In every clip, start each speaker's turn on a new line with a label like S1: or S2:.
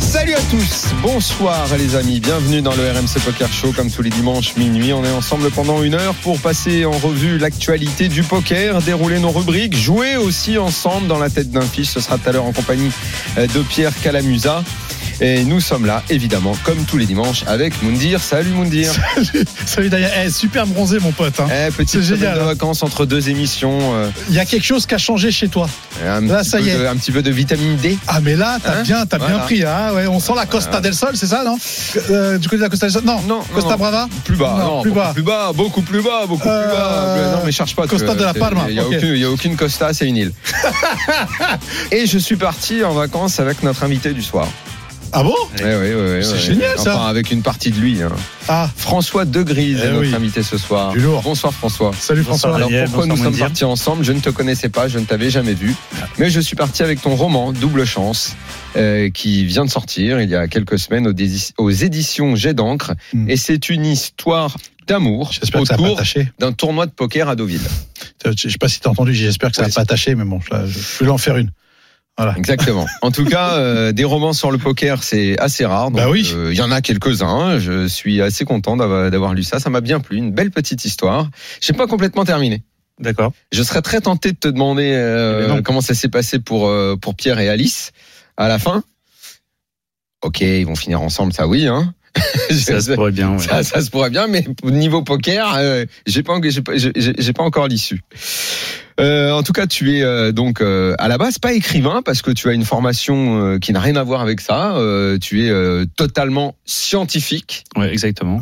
S1: Salut à tous, bonsoir les amis, bienvenue dans le RMC Poker Show comme tous les dimanches minuit. On est ensemble pendant une heure pour passer en revue l'actualité du poker, dérouler nos rubriques, jouer aussi ensemble dans la tête d'un fiche. Ce sera tout à l'heure en compagnie euh, de Pierre Calamusa. Et nous sommes là, évidemment, comme tous les dimanches, avec Moundir. Salut Moundir.
S2: Salut Daniel. Eh, super bronzé, mon pote. hein.
S1: Eh, petite
S2: C'est
S1: semaine
S2: génial,
S1: de
S2: hein.
S1: vacances entre deux émissions. euh,
S2: Il y a quelque chose qui a changé chez toi.
S1: un,
S2: Là,
S1: petit
S2: ça
S1: peu
S2: y est.
S1: de- un petit peu de vitamine D.
S2: Ah, mais là, t'as
S1: Hein
S2: bien, t'as
S1: Voilà.
S2: bien pris. hein. Ouais, on sent la Costa del Sol, c'est ça, non Euh, Du côté de la Costa del Sol Non,
S1: Non,
S2: Costa
S1: non.
S2: Brava
S1: Plus bas,
S2: Non,
S1: non,
S2: plus
S1: beaucoup
S2: bas.
S1: plus bas, beaucoup plus bas, beaucoup
S2: Euh,
S1: plus bas. Non, mais cherche pas.
S2: Costa
S1: que-
S2: de la
S1: c'est-
S2: Palma,
S1: Il n'y a,
S2: ok.
S1: aucune- il y a aucune Costa, c'est une île. Et je suis parti en vacances avec notre invité du soir. Eh
S2: Ah bon
S1: Ouais, ouais, ouais, ouais,
S2: C'est
S1: ouais.
S2: génial, ça.
S1: Enfin, avec une partie de lui. hein.
S2: Ah,
S1: François Degrise
S2: Eh
S1: est notre
S2: oui.
S1: invité ce soir.
S2: Du lourd.
S1: Bonsoir François.
S2: salut François.
S1: Alors pourquoi nous sommes partis ensemble Je ne te connaissais pas, je ne t'avais jamais vu,
S2: Ah.
S1: mais je suis parti avec ton roman Double Chance, euh, qui vient de sortir il y a quelques semaines aux, dési- aux éditions Jet d'encre,
S2: Mm.
S1: et c'est une histoire d'amour
S2: J'espère que ça n'a pas
S1: autour
S2: attaché. Euh,
S1: d'un tournoi de poker à Deauville.
S2: Je sais pas si t'as entendu, j'espère que ça n'a
S1: Ouais,
S2: pas attaché, mais bon, là, je je vais en faire une. Voilà.
S1: Exactement. En tout cas, euh, des romans sur le poker, c'est assez rare. Donc,
S2: Bah oui.
S1: euh, Il y en a quelques-uns. Je suis assez content d'avoir d'avoir lu ça. Ça m'a bien plu. Une belle petite histoire. J'ai pas complètement terminé.
S3: D'accord.
S1: Je serais très tenté de te demander euh,
S2: Eh ben non.
S1: comment ça s'est passé pour, euh, pour Pierre et Alice à la fin. Ok, ils vont finir ensemble, ça oui. Hein. Je-
S3: Ça se pourrait bien. ouais.
S1: ça, ça se pourrait bien, mais au niveau poker, euh, j'ai pas, j'ai pas, j'ai- j'ai- j'ai pas encore l'issue. Euh, en tout cas, tu es euh, donc euh, à la base pas écrivain parce que tu as une formation euh, qui n'a rien à voir avec ça. Euh, tu es euh, totalement scientifique.
S3: Ouais, exactement.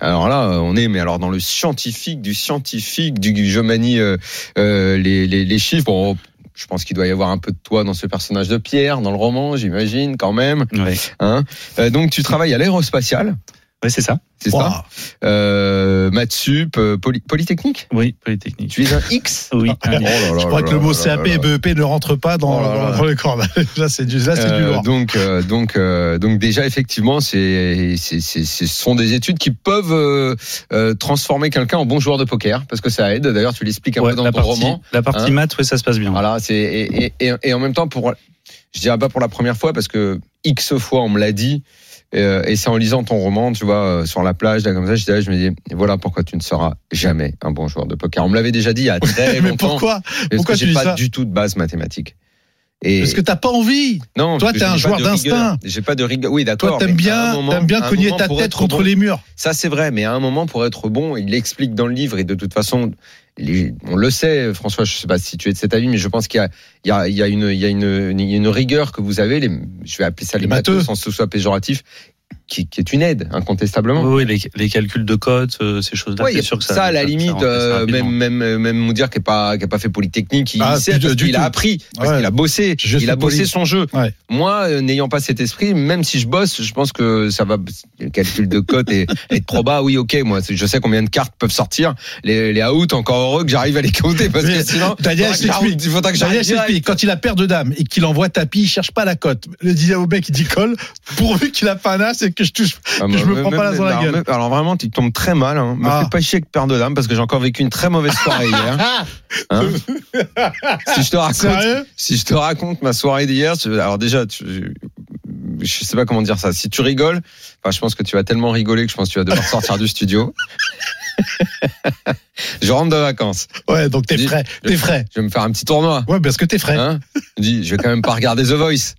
S1: Alors là, euh, on est mais alors dans le scientifique du scientifique du je manie euh, euh, les, les, les chiffres. Bon, je pense qu'il doit y avoir un peu de toi dans ce personnage de Pierre dans le roman, j'imagine quand même.
S3: Ouais,
S1: Hein Euh, donc tu travailles à l'aérospatiale,
S3: ouais c'est ça.
S1: c'est ça
S2: Ouah.
S1: euh, Matsup, euh, Poly- Polytechnique
S3: Oui, Polytechnique.
S1: Tu es un X
S3: Oui.
S1: Oh là là
S2: Je crois
S1: là
S2: que le
S1: là
S2: mot
S1: là
S2: CAP
S1: là
S2: et
S1: là.
S2: BEP ne rentrent pas dans,
S1: Oh là là.
S2: dans le corps. Là, Là, c'est du, là, c'est du
S1: Euh,
S2: lourd.
S1: donc, euh, donc, euh, donc déjà effectivement, c'est, c'est, c'est- ce sont des études qui peuvent euh, euh, transformer quelqu'un en bon joueur de poker parce que ça aide. D'ailleurs, tu l'expliques un
S3: Ouais,
S1: peu dans
S3: la,
S1: ton
S3: partie,
S1: roman.
S3: la partie
S1: Hein
S3: maths, ouais, ça se passe bien.
S1: Voilà, c'est et, et, et, et en même temps pour, je dirais pas pour la première fois parce que x fois on me l'a dit. euh, Et c'est en lisant ton roman, tu vois, euh, sur la plage, là, comme ça, je, disais, je me dis, voilà pourquoi tu ne seras jamais un bon joueur de poker. On me l'avait déjà dit il y a très
S2: Mais
S1: longtemps.
S2: pourquoi
S1: Parce
S2: Pourquoi
S1: que
S2: tu
S1: j'ai
S2: dis
S1: pas
S2: ça
S1: du tout de base mathématique. Et
S2: Parce que t'as pas envie.
S1: non, parce
S2: toi,
S1: que
S2: t'es
S1: j'ai
S2: un
S1: pas
S2: joueur
S1: de rigueur.
S2: d'instinct.
S1: J'ai pas de rigueur. Oui, d'accord.
S2: Toi, t'aimes
S1: mais à un
S2: bien,
S1: moment-
S2: t'aimes bien
S1: à un
S2: cogner
S1: moment,
S2: ta
S1: pour
S2: tête
S1: être
S2: contre
S1: bon-
S2: les murs.
S1: Ça, c'est vrai, mais à un moment, pour être bon, il l'explique dans le livre, et de toute façon, les- on le sait, François, je sais pas si tu es de cet avis, mais je pense qu'il y a, il y a, il y a une, il y a une, une- une rigueur que vous avez, les, je vais appeler ça les,
S2: Les
S1: matheux,
S2: matheux.
S1: sans que ce soit péjoratif, qui, qui est une aide, incontestablement.
S3: Oui, oui, les, les calculs de cotes, euh, ces choses-là.
S1: Ouais,
S3: c'est
S1: y a-
S3: sûr que ça,
S1: à la
S3: ça
S1: limite,
S3: rentre assez
S1: euh,
S3: rapidement.
S1: même même même Moudir qui n'a pas qui a pas fait polytechnique, il
S2: Ah,
S1: sait
S2: plus de-
S1: parce
S2: du
S1: qu'il a
S2: tout.
S1: appris, parce
S2: Ouais.
S1: qu'il a bossé,
S2: Je
S1: il
S2: suis
S1: a bossé
S2: poly.
S1: son jeu.
S2: Ouais.
S1: Moi, euh, n'ayant pas cet esprit, même si je bosse, je pense que ça va. Le calcul de cote est, est trop bas. Oui, ok, moi, c'est- je sais combien de cartes peuvent sortir. Les les out, encore heureux que j'arrive à les compter parce que
S2: Mais
S1: sinon, faudra
S2: Daniel,
S1: que j'arrive-
S2: s'explique.
S1: il faudra que j'arrive.
S2: Daniel
S1: direct.
S2: s'explique. Quand il a paire de dames et qu'il envoie tapis, il cherche pas la cote. Le dit au mec, il dit colle, pourvu qu'il a pas un as et que je touche.
S1: Ah,
S2: que je me
S1: mais-
S2: prends pas
S1: mais-
S2: la dans la
S1: alors,
S2: gueule.
S1: mais- Alors vraiment, tu tombes très mal. Hein. Me
S2: Ah.
S1: fais pas chier avec paire de dames parce que j'ai encore vécu une très mauvaise soirée hier. Hein si je te raconte,
S2: Ah, Sérieux
S1: si je te raconte ma soirée d'hier, tu- alors déjà, tu- je sais pas comment dire ça. Si tu rigoles, enfin, je pense que tu vas tellement rigoler que je pense que tu vas devoir sortir du studio. je rentre de vacances.
S2: Ouais, donc t'es
S1: Dis-
S2: frais. T'es frais.
S1: Je vais me faire un petit tournoi.
S2: Ouais, parce que t'es frais.
S1: Hein je dis, je vais quand même pas regarder The Voice.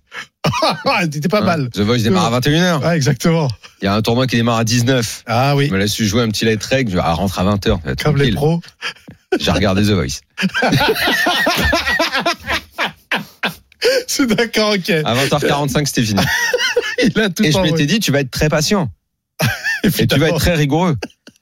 S2: Ah, T'étais pas
S1: Hein.
S2: mal.
S1: The Voice démarre à 21h.
S2: Ah, exactement.
S1: Il y a un tournoi qui démarre à 19.
S2: Ah oui.
S1: Je me laisse jouer un petit late reg, je vais- ah, rentre à 20h.
S2: Comme les pros.
S1: J'ai regardé The Voice.
S2: C'est d'accord, ok.
S1: À 20h45, c'était fini.
S2: Il a tout
S1: Et je
S2: envoyé.
S1: m'étais dit, tu vas être très patient. Et tu vas être très rigoureux.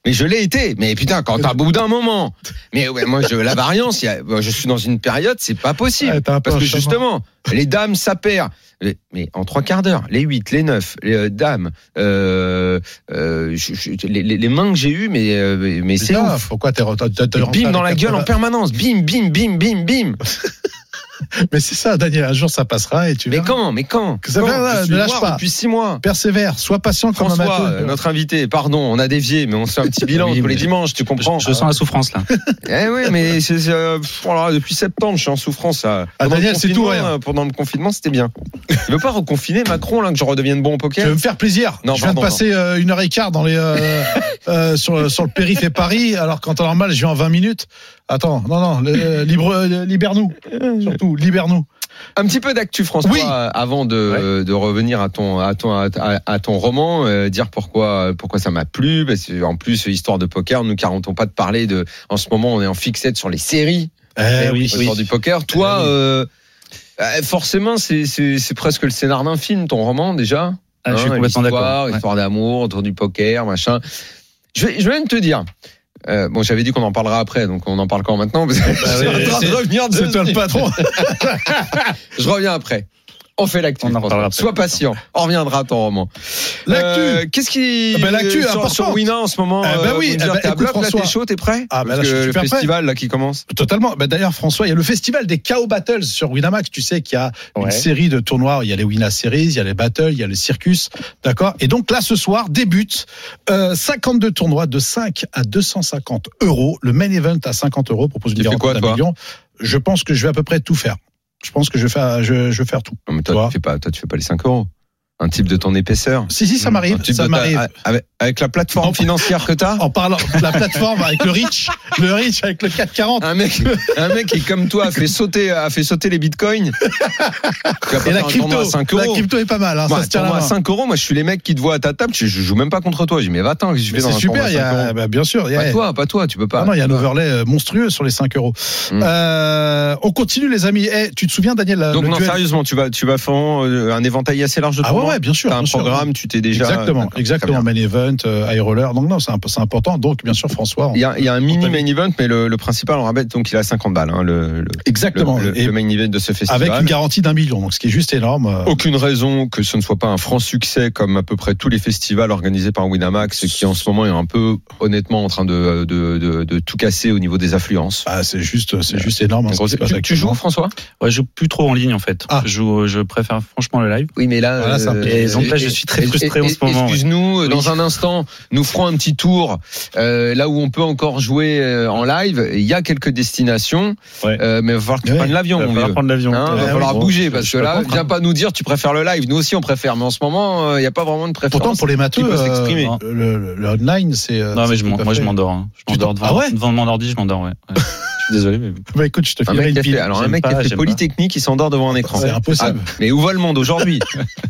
S1: Mais je l'ai été. Mais putain, quand t'as bout d'un moment. Mais ouais, moi, je, la variance, il y a- moi, je suis dans une période, c'est pas possible.
S2: Ouais, t'as un peu
S1: Parce
S2: un
S1: que
S2: chemin.
S1: justement, les dames, ça perd. Les- Mais en trois quarts d'heure, les 8, les 9, les euh, dames, euh, euh, je- je- les, les- les mains que j'ai eues, mais, euh, mais c'est
S2: Putain,
S1: ouf.
S2: Pourquoi t'es rentré
S1: Et bim dans la gueule en permanence. Bim, bim, bim, bim, bim.
S2: Mais c'est ça, Daniel. Un jour, ça passera et tu
S1: Mais
S2: verras.
S1: quand Mais quand
S2: Que ça
S1: Quand
S2: va, là,
S1: Je suis
S2: ne lâche
S1: noir
S2: pas.
S1: Depuis six mois.
S2: Persévère, sois patient comme un
S1: François,
S2: matou.
S1: euh, notre invité, pardon, on a dévié, mais on se fait un petit bilan
S3: Oui,
S1: tous les
S3: mais-
S1: dimanches, tu
S3: Je,
S1: comprends
S3: je sens la souffrance là.
S1: Eh oui, mais c'est, c'est, euh, pff, oh là là, depuis septembre, je suis en souffrance. là.
S2: Ah,
S1: Pendant le
S2: Daniel, c'est tout,
S1: confinement,
S2: rien.
S1: euh, Pendant le confinement, c'était bien. Il veut pas reconfiner Macron, là, que je redevienne bon au
S2: Tu veux
S1: poker
S2: me faire plaisir
S1: Non,
S2: Je viens
S1: pardon,
S2: de passer euh, une heure et quart dans les, euh, euh, sur, sur le périph' et Paris, alors qu'en temps normal, je vais en 20 minutes. Attends, non, non, le- libre, euh, libère-nous. Surtout, libère-nous.
S1: Un petit peu d'actu, François,
S2: Oui.
S1: euh, avant de,
S3: Ouais.
S1: euh, de revenir à ton, à ton, à, à- à ton roman, euh, dire pourquoi, pourquoi ça m'a plu. Parce que, en plus, histoire de poker, nous n'arrêtons pas de parler de. En ce moment, on est en fixette sur les séries.
S2: Eh oui.
S1: autour du poker. Toi,
S2: Eh oui.
S1: euh, euh, forcément, c'est- c'est c'est presque le scénar d'un film, ton roman déjà.
S3: Ah, je suis
S1: Hein,
S3: complètement
S1: l'histoire,
S3: d'accord. Ouais.
S1: Histoire d'amour, autour du poker, machin. Je vais, je vais même te dire. euh, bon, j'avais dit qu'on en parlera après, donc on en parle quand maintenant parce que je suis
S2: Bah oui,
S1: en train de
S2: c'est-
S1: Ah revenir Euh,
S2: C'est
S1: dessus.
S2: toi le patron.
S1: Je reviens après. On fait l'actu.
S3: On en
S1: François.
S3: parlera après.
S1: Sois patient. On reviendra à ton roman.
S2: L'actu.
S1: Euh, Qu'est-ce qui.
S2: Ah ben, l'actu,
S1: sur,
S2: importante.
S1: sur Wina en ce moment.
S2: Ah ben
S1: euh,
S2: oui,
S1: vous me
S2: ah
S1: dire,
S2: ben,
S1: t'es à
S2: écoute,
S1: bloc, là,
S2: François.
S1: t'es chaud, t'es prêt
S2: Ah ben là,
S1: Parce
S2: je suis
S1: que le
S2: super prêt.
S1: festival là qui commence.
S2: Totalement. Bah, D'ailleurs, François, il y a le festival des KO Battles sur Winamax. Tu sais qu'il y a une série de tournois. Il y a les Wina Series, il y a les Battles, il y a le Circus. D'accord Et donc là, ce soir, débute euh, 52 tournois de 5 à 250 euros. Le main event à 50 euros propose une
S1: Tu fais
S2: garantie
S1: quoi,
S2: d'un
S1: toi
S2: million. Je pense que je vais à peu près tout faire. Je pense que je vais faire, je, je vais faire tout.
S1: Non, mais toi,
S2: Toi.
S1: tu fais pas, toi, tu fais pas les 5 euros. Un type de ton épaisseur.
S2: Si, si, ça
S1: Hmm, Un
S2: m'arrive.
S1: type
S2: Ça
S1: de ta- ah.
S2: m'arrive.
S1: a- Avec, avec la plateforme
S2: En-
S1: financière que t'as.
S2: En parlant de la plateforme avec le Rich, le Rich avec le 440.
S1: Un mec, un mec qui, comme toi, a fait sauter, a fait sauter les bitcoins. Tu vas pas
S2: Et
S1: faire un
S2: la crypto,
S1: tournoi à 5
S2: la
S1: euros.
S2: crypto est pas mal. hein,
S1: Moi,
S2: ça
S1: un
S2: se tient
S1: tournoi
S2: la
S1: à
S2: main.
S1: 5 euros, moi, je suis les mecs qui te voient à ta table, je, je joue même pas contre toi. Je dis, mais va-t'en, que je vais
S2: Mais
S1: dans
S2: C'est
S1: un tournoi
S2: super,
S1: à
S2: il y
S1: 5
S2: a,
S1: euros.
S2: bah, bien sûr. il y a-
S1: Pas toi, pas toi, tu peux pas.
S2: Ah non, il y a un overlay euh, monstrueux sur les 5 euros.
S1: Mm.
S2: Euh, on continue, les amis. Eh, tu te souviens, Daniel la-
S1: Donc,
S2: le
S1: non,
S2: duel
S1: sérieusement, tu vas, tu vas faire euh, un éventail assez large de
S2: Ah ouais,
S1: tournois.
S2: ouais, bien sûr.
S1: T'as un
S2: bien sûr.
S1: programme, tu t'es déjà.
S2: Exactement,
S1: D'accord, très
S2: exactement.
S1: bien.
S2: Main event, euh, high roller. Donc non, c'est un peu- c'est important. Donc bien sûr, François. on-
S1: Il y a, il y a un mini
S2: On t'a
S1: main event, mais le, le principal, on rappelle, donc il a 50 balles, hein, le, le-
S2: Exactement.
S1: le, le-
S2: Et
S1: le main event de ce festival. Oh.
S2: avec une garantie d'un million, donc ce qui est juste énorme. euh,
S1: Aucune raison que ce ne soit pas un franc succès comme à peu près tous les festivals organisés par Winamax qui en ce moment est un peu honnêtement en train de, de, de, de tout casser au niveau des affluences.
S2: bah, c'est juste, c'est juste énorme. hein, ce qui se passe
S1: tu, tu
S2: actuellement.
S1: joues François
S3: Ouais, je joue plus trop en ligne en fait.
S2: Ah.
S3: Je, joue- euh, je préfère franchement le live.
S1: Oui mais là...
S2: Voilà, ça.
S3: euh, Et ils ont pas, je suis très frustré en ce moment,
S1: Excuse-nous,
S3: Oui.
S1: dans un instant, nous ferons un petit tour euh, là où on peut encore jouer euh, en live. Il y a quelques destinations,
S3: Ouais.
S1: euh, mais il va falloir que tu
S2: Ouais.
S1: prennes l'avion.
S3: Il va
S1: mon
S3: falloir
S1: vieux.
S3: prendre l'avion. Euh,
S1: Hein,
S3: Ouais,
S1: va
S3: ouais,
S1: falloir
S3: bon,
S1: bouger
S3: je-
S1: parce
S3: je
S1: que
S3: peux
S1: là,
S3: comprendre.
S1: viens pas nous dire tu préfères le live. Nous aussi on préfère, mais en ce moment euh, il n'y a pas vraiment de préférence.
S2: Pourtant, pour les matheux,
S1: peut
S2: euh,
S1: s'exprimer.
S2: le, le- le online, c'est. euh,
S3: Non mais
S2: c'est
S3: je
S2: tout
S3: m'en-
S2: à
S3: moi je
S2: fait-
S3: m'endors. hein. Je
S2: Tu t'en-
S3: m'endors devant,
S2: Ah ouais
S3: devant mon ordi, je m'endors. Ouais. ouais. je suis désolé mais
S2: Bah écoute, je te
S1: Un mec
S2: filerai une
S1: qui a fait,
S2: pile.
S1: alors un
S3: J'aime
S1: mec qui
S3: pas,
S1: a fait
S3: j'aime pas.
S1: Polytechnique, il s'endort devant un écran.
S2: C'est impossible.
S1: Ah, mais où va le monde aujourd'hui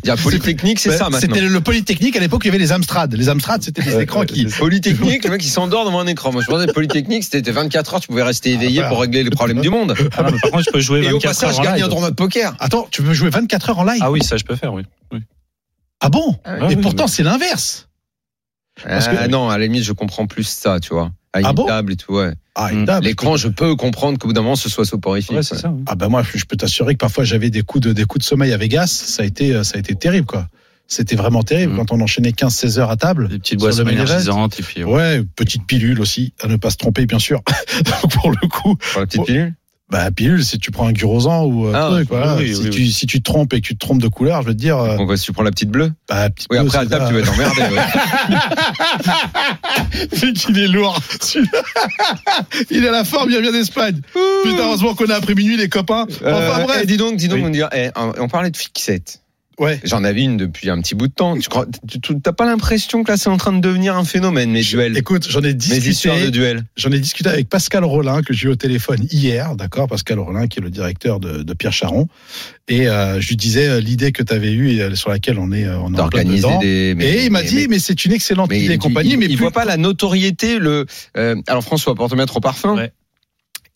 S1: Il y a Polytechnique, c'est
S2: Bah,
S1: ça maintenant.
S2: C'était le Polytechnique. À l'époque, il y avait les Amstrad. Les Amstrad, c'était des écrans qui.
S1: Polytechnique, le mec il s'endort devant un écran. Moi je pensais Polytechnique, c'était 24 heures, tu pouvais rester éveillé
S2: bah.
S1: pour régler les problèmes du monde.
S3: Ah non, mais par contre, je peux jouer
S1: Et
S3: 24
S1: au passage,
S3: heures en
S1: gagner un
S3: live.
S1: tournoi de poker.
S2: Attends, tu veux jouer 24 heures en live
S3: Ah oui, ça je peux faire, oui.
S2: Ah bon
S1: Ah
S3: oui,
S2: Et
S3: oui,
S2: pourtant, c'est l'inverse. Parce que-
S1: Ah, non, à la limite, je comprends plus ça, tu vois. À une
S2: Ah bon
S1: table et tout, ouais.
S2: Ah,
S3: Mm.
S2: évidemment.
S1: L'écran, je peux comprendre qu'au bout d'un moment ce soit soporifique.
S3: Ouais, c'est
S1: ouais.
S3: ça. ouais.
S2: Ah ben moi, je peux t'assurer que parfois j'avais des coups de des coups de sommeil à Vegas. Ça a été euh, ça a été terrible quoi. C'était vraiment terrible
S3: Mm.
S2: quand on enchaînait 15-16 heures à table.
S3: Des petites
S2: Sur le
S3: boissons
S2: main event.
S3: énergisantes et puis ouais.
S2: Ouais, petite pilule aussi, à ne pas se tromper bien sûr. Pour le coup,
S1: Pour la petite pilule
S2: bah pilule, si tu prends un gurosan ou un
S1: Ah,
S2: truc,
S3: oui,
S2: voilà.
S3: oui,
S2: si,
S3: oui,
S2: tu, si tu te trompes et que tu te trompes de couleur, je veux te dire, euh,
S1: Donc, ouais, si tu prends la petite bleue
S2: bah petit
S1: Oui,
S2: peu,
S1: après à
S2: c'est
S1: table,
S2: ça.
S1: tu vas t'emmerder. ouais.
S2: Fait qu'il est lourd. celui-là. il est à la forme, il vient d'Espagne. Putain, heureusement qu'on a après minuit les copains. Enfin
S1: Euh,
S2: bref.
S1: eh, dis donc, dis donc,
S3: Oui.
S1: on, dirait- eh, on parlait de fixette.
S2: Ouais.
S1: J'en avais une depuis un petit bout de temps. Tu crois- tu- tu- T'as pas l'impression que là, c'est en train de devenir un phénomène, mes duels,
S2: Écoute, j'en
S1: mes
S2: ai
S1: histoires de
S2: discuté.
S1: duels.
S2: J'en ai discuté avec Pascal Rollin que j'ai eu au téléphone hier, d'accord, Pascal Rollin qui est le directeur de, de Pierre Charon, et euh, je lui disais euh, l'idée que tu avais eue et euh, sur laquelle on est, euh, on est en plein
S1: D'organiser
S2: dedans.
S1: des.
S2: et il m'a dit, mais, c'est une excellente idée,
S1: il-
S2: compagnie,
S1: il,
S2: mais
S1: il
S2: plus-
S1: voit pas la notoriété. Le. euh, alors François, pour te mettre au parfum.
S3: Ouais.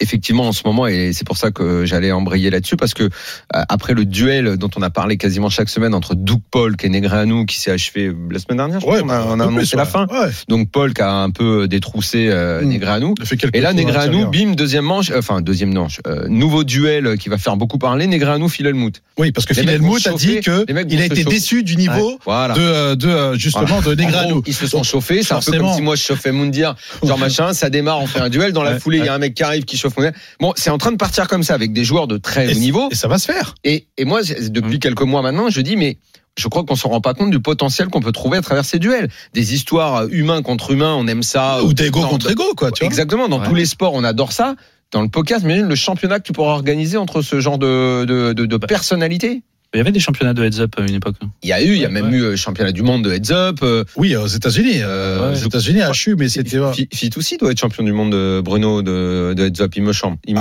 S1: Effectivement, en ce moment, et c'est pour ça que j'allais embrayer là-dessus, parce que euh, après le duel dont on a parlé quasiment chaque semaine entre Doug Paul et Negreanu, qui s'est achevé euh, la semaine dernière, je crois,
S2: Ouais,
S1: on a, on a
S2: un peu
S1: annoncé
S2: plus,
S1: la
S2: ouais.
S1: fin.
S2: Ouais,
S1: Donc Paul qui a un peu détroussé euh,
S2: Mm.
S1: Negreanu.
S2: il a fait quelques
S1: Et là,
S2: tours, hein,
S1: Negreanu,
S2: tiens,
S1: bim, deuxième manche, euh, enfin deuxième manche, euh, nouveau duel qui va faire beaucoup parler, Negreanu, Filelmout.
S2: Oui, parce que
S1: Les
S2: Phil
S1: mecs vont
S2: Helmuth
S1: se
S2: a dit
S1: chauffer, les mecs vont
S2: qu'il a
S1: se
S2: été
S1: chauffer.
S2: déçu du niveau
S1: Voilà. Ah.
S2: de, euh, de, euh, justement de
S1: En
S2: Negrano.
S1: gros, ils se sont chauffés, c'est un peu
S2: Forcément.
S1: comme si moi je chauffais Moundir, genre machin, ça démarre, on fait un duel, dans la
S3: Ouais,
S1: foulée il y a un mec qui arrive qui chauffe Christophe Monel. Bon, c'est en train de partir comme ça avec des joueurs de très haut
S2: Et-
S1: niveau.
S2: Et Mmh. ça va se faire.
S1: Et, et moi, c'est- depuis
S3: Mm.
S1: quelques mois maintenant, je dis, mais je crois qu'on ne se rend pas compte du potentiel qu'on peut trouver à travers ces duels. Des histoires euh, humains contre humains, on aime ça.
S2: Ou d'ego
S1: Dans-
S2: contre ego, quoi, tu vois.
S1: Exactement, dans
S3: Ouais.
S1: tous les sports, on adore ça. Dans le podcast, imagine le championnat que tu pourras organiser entre ce genre de, de, de, de
S3: Bah.
S1: personnalités.
S3: Il y avait des championnats de heads up à une époque. hein.
S1: Il y a eu, il y a
S3: Ouais,
S1: même
S3: ouais.
S1: eu euh, championnat du monde de heads up. euh,
S2: Oui, aux États-Unis. euh,
S3: Ouais,
S2: aux
S3: je-
S2: États-Unis, HU, mais c'était.
S1: Fit Fit aussi doit être champion du monde de Bruno de, de heads up, il me semble. Il me,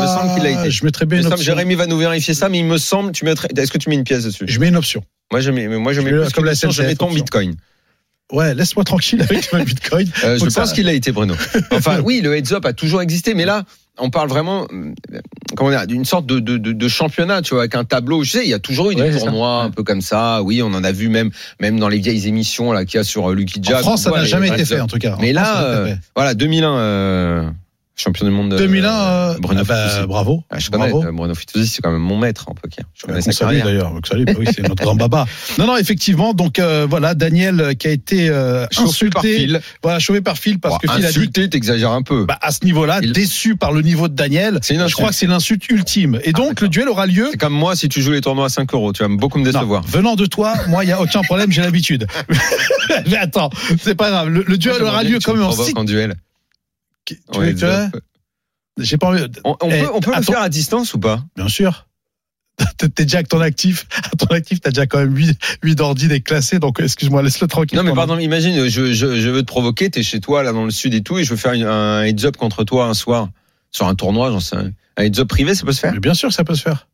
S1: semble. Il me semble qu'il a été.
S2: Je mettrais bien
S1: Il me
S2: une
S1: semble,
S2: option.
S1: Jérémy va nous vérifier ça, mais il me semble, tu mettrais, est-ce que tu mets une pièce dessus?
S2: Je mets une option.
S1: Moi, je mets, moi, je mets,
S2: Je mets
S1: plus
S2: comme
S1: que
S2: la
S1: ça, je mets
S2: SNCF,
S1: ton
S2: option.
S1: bitcoin.
S2: Ouais, laisse-moi tranquille avec ma Bitcoin.
S1: Euh, je
S2: Faut que
S1: pense
S2: ça-
S1: qu'il a été, Bruno. Enfin, oui, le heads-up a toujours existé, mais là, on parle vraiment, euh, comment dire, d'une sorte de, de, de, de championnat, tu vois, avec un tableau. Je sais, il y a toujours eu des
S3: Ouais, c'est ça.
S1: tournois un peu comme ça. Oui, on en a vu même, même dans les vieilles émissions là qu'il y a sur euh, Lucky
S2: En
S1: Jack.
S2: France, ça
S1: Ouais,
S2: n'a
S1: les
S2: jamais
S1: heads
S2: été fait,
S1: up.
S2: en tout cas. En
S1: Mais
S2: France,
S1: là,
S2: ça n'a
S1: euh,
S2: pas été fait.
S1: Voilà, 2001, euh, champion du monde. euh,
S2: 2001, euh,
S1: Bruno
S2: ah bah,
S1: Fitoussi.
S2: bravo.
S1: Ah, je connais
S2: bravo.
S1: euh, Bruno Fitoussi, c'est quand même mon maître en poker. Je connais
S2: Qu'on
S1: sa
S2: salue
S1: carrière.
S2: d'ailleurs, qu'on salue, bah oui, c'est notre grand baba. Non, non, effectivement, donc euh, voilà, Daniel euh, qui a été euh,
S1: Chauffé par
S2: insulté,
S1: Phil.
S2: voilà, chauvé par Phil parce
S1: Bon,
S2: que Phil a dit,
S1: insulté, t'exagères un peu.
S2: bah, à ce niveau-là,
S1: Il-
S2: déçu par le niveau de Daniel,
S1: C'est une
S2: je
S1: insulte. Ah,
S2: crois que c'est l'insulte ultime. Et donc le duel aura lieu.
S1: C'est comme moi, si tu joues les tournois à 5 euros, tu vas beaucoup me
S2: Non,
S1: décevoir.
S2: venant de toi, moi, il n'y a aucun problème, j'ai l'habitude. Mais attends, c'est pas grave. Le, le duel aura lieu quand même en site.
S1: en duel.
S2: Tu
S1: Ouais,
S2: veux, tu vois, J'ai pas envie.
S1: On, on
S2: Eh,
S1: peut, on peut le
S2: attends.
S1: faire à distance ou pas
S2: Bien sûr. T'es- T'es déjà avec ton actif. À ton actif, t'as déjà quand même 8, 8 d'ordi déclassés, donc excuse-moi, laisse-le tranquille.
S1: Non mais
S2: pendant-
S1: pardon, imagine, je, je, je veux te provoquer, t'es chez toi là dans le sud et tout, et je veux faire une- un heads up contre toi un soir sur un tournoi, j'en sais rien. Un heads up privé, ça peut se faire
S2: Mais bien sûr que ça peut se faire.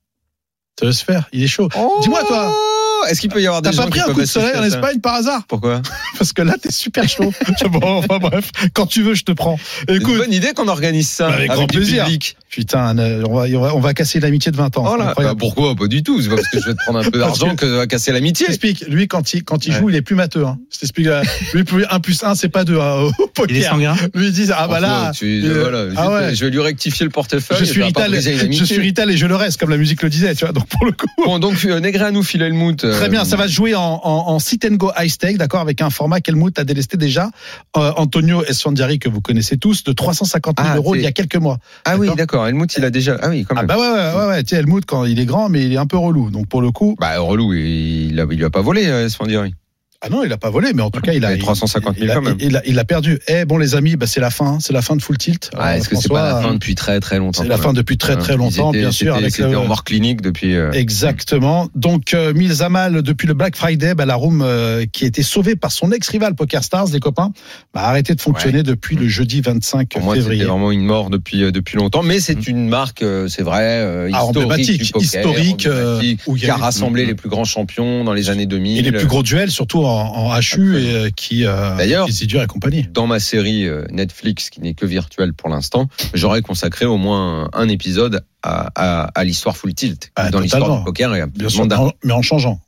S2: Ça peut se faire. Il est chaud. Dis-moi, toi.
S1: Oh Est-ce qu'il peut y avoir des
S2: T'as
S1: gens
S2: pas pris
S1: qui
S2: un
S1: peuvent
S2: coup de
S1: assister
S2: soleil
S1: à
S2: en
S1: ça
S2: Espagne par hasard
S1: Pourquoi
S2: Parce que là, t'es super chaud. bon, enfin bref, quand tu veux, je te prends.
S1: C'est une
S2: Écoute,
S1: bonne idée qu'on organise ça
S2: Avec
S1: avec,
S2: grand
S1: du
S2: plaisir.
S1: public.
S2: putain, euh, on va, on va, on va casser l'amitié de 20 ans.
S1: Oh là, bah
S2: Incroyable.
S1: pourquoi Pas du tout. C'est pas parce que je vais te prendre un peu
S2: Parce
S1: d'argent
S2: que-
S1: que ça va casser l'amitié.
S2: Je t'explique, lui quand il quand il
S1: Ouais.
S2: joue, il est plus matheux. Hein. Je t'explique, euh, lui plus 1 plus 1, c'est pas 2 au
S3: Il est
S2: poker.
S3: sanguin
S2: Lui ils disent ah bah là,
S1: Franchement, tu-
S2: euh,
S1: voilà,
S2: ah ouais.
S1: je vais lui rectifier le portefeuille.
S2: je
S1: et
S2: suis
S1: vais pas
S2: rital,
S1: briser une
S2: je
S1: amitié.
S2: suis rital et je le reste comme la musique le disait, tu vois. Donc pour le coup,
S1: Bon, donc euh, Negré à nous, Phil Helmut. euh,
S2: Très bien, ça va se jouer en, en, en sit and go high stake, d'accord, avec un format qu'Helmut a délesté déjà. Euh, Antonio Esfandiari, que vous connaissez tous, de 350 000
S1: Ah,
S2: euros
S1: c'est-
S2: il y a quelques mois.
S1: Ah oui,
S2: D'accord.
S1: d'accord. Helmut, il a déjà. Ah oui, quand
S2: Ah
S1: même.
S2: bah ouais, ouais, ouais, ouais. Tu sais, Helmut, quand il est grand, mais il est un peu relou. Donc pour le coup,
S1: Bah, relou, il, a, il lui a pas volé, euh, Spandieri.
S2: ah non, il a pas volé, mais en tout cas, il a.
S1: Mais 350 000
S2: il a-
S1: quand même.
S2: Il a, il a perdu. Eh bon, les amis, bah, c'est la fin, hein. c'est la fin de Full Tilt.
S1: Ah,
S2: Euh,
S1: Est-ce que c'est
S2: François,
S1: pas la fin
S2: euh,
S1: depuis très très longtemps
S2: C'est la
S1: quand
S2: fin
S1: même.
S2: depuis très très
S1: Hein, Ils
S2: longtemps,
S1: étaient-
S2: bien sûr,
S1: c'était-
S2: avec
S1: C'était
S2: le-
S1: en mort clinique depuis. euh,
S2: Exactement. Donc, euh, Milzamal, depuis le Black Friday, bah, la room euh, qui a été sauvée par son ex-rival Poker Stars, les copains, bah, a arrêté de fonctionner depuis le jeudi 25
S1: Mm. Pour moi, c'était
S2: février. Mm.
S1: vraiment une mort depuis euh, depuis longtemps, mais c'est une marque, euh, c'est vrai, euh,
S2: Ah,
S1: historique,
S2: emblématique,
S1: du poker,
S2: historique, euh,
S1: emblématique,
S2: où il y
S1: qui a
S2: avait-
S1: rassemblé
S3: Mm.
S1: les plus grands champions dans les années 2000.
S2: Et les plus gros duels, surtout en, en HU, et, euh, qui, euh,
S1: D'ailleurs-
S2: qui s'y durent et compagnie.
S1: Dans ma série euh, Netflix, qui n'est que virtuelle pour l'instant, j'aurais consacré au moins un épisode à, à, à l'histoire full tilt,
S2: Ah,
S1: dans l'histoire
S2: totalement.
S1: du poker et à
S2: Bien sûr,
S1: mandat.
S2: mais en- mais en changeant.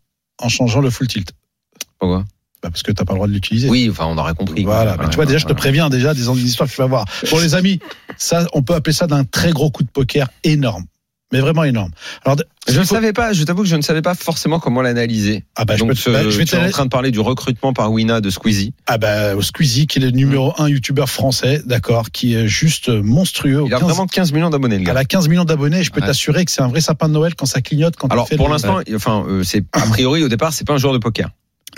S2: En changeant le full tilt.
S1: Pourquoi
S2: Bah, parce que t'as pas le droit de l'utiliser.
S1: Oui, enfin, on aurait compris.
S2: Voilà,
S1: quoi.
S2: mais tu vois, déjà, je te préviens déjà des des histoires que tu vas voir. Bon, les amis, ça, on peut appeler ça d'un très gros coup de poker énorme. Mais vraiment énorme. Alors,
S1: Je ne savais pas, je t'avoue que je ne savais pas forcément comment l'analyser.
S2: Ah bah, je
S1: Donc,
S2: peux te- bah,
S1: euh,
S2: je vais
S1: tu
S2: te
S1: es en
S2: la-
S1: train de parler du recrutement par Wina de Squeezie.
S2: Ah bah au Squeezie qui est le numéro
S1: Mm.
S2: un youtubeur français, d'accord, qui est juste euh, monstrueux.
S1: Il a
S2: 15
S1: vraiment 15 millions d'abonnés, le
S2: elle
S1: gars.
S2: a 15 millions d'abonnés, je peux
S1: Ouais.
S2: t'assurer que c'est un vrai sapin de Noël quand ça clignote, quand
S1: Alors,
S2: il fait
S1: pour
S2: le-
S1: l'instant, il- enfin, euh, c'est a priori au départ, c'est pas un joueur de poker.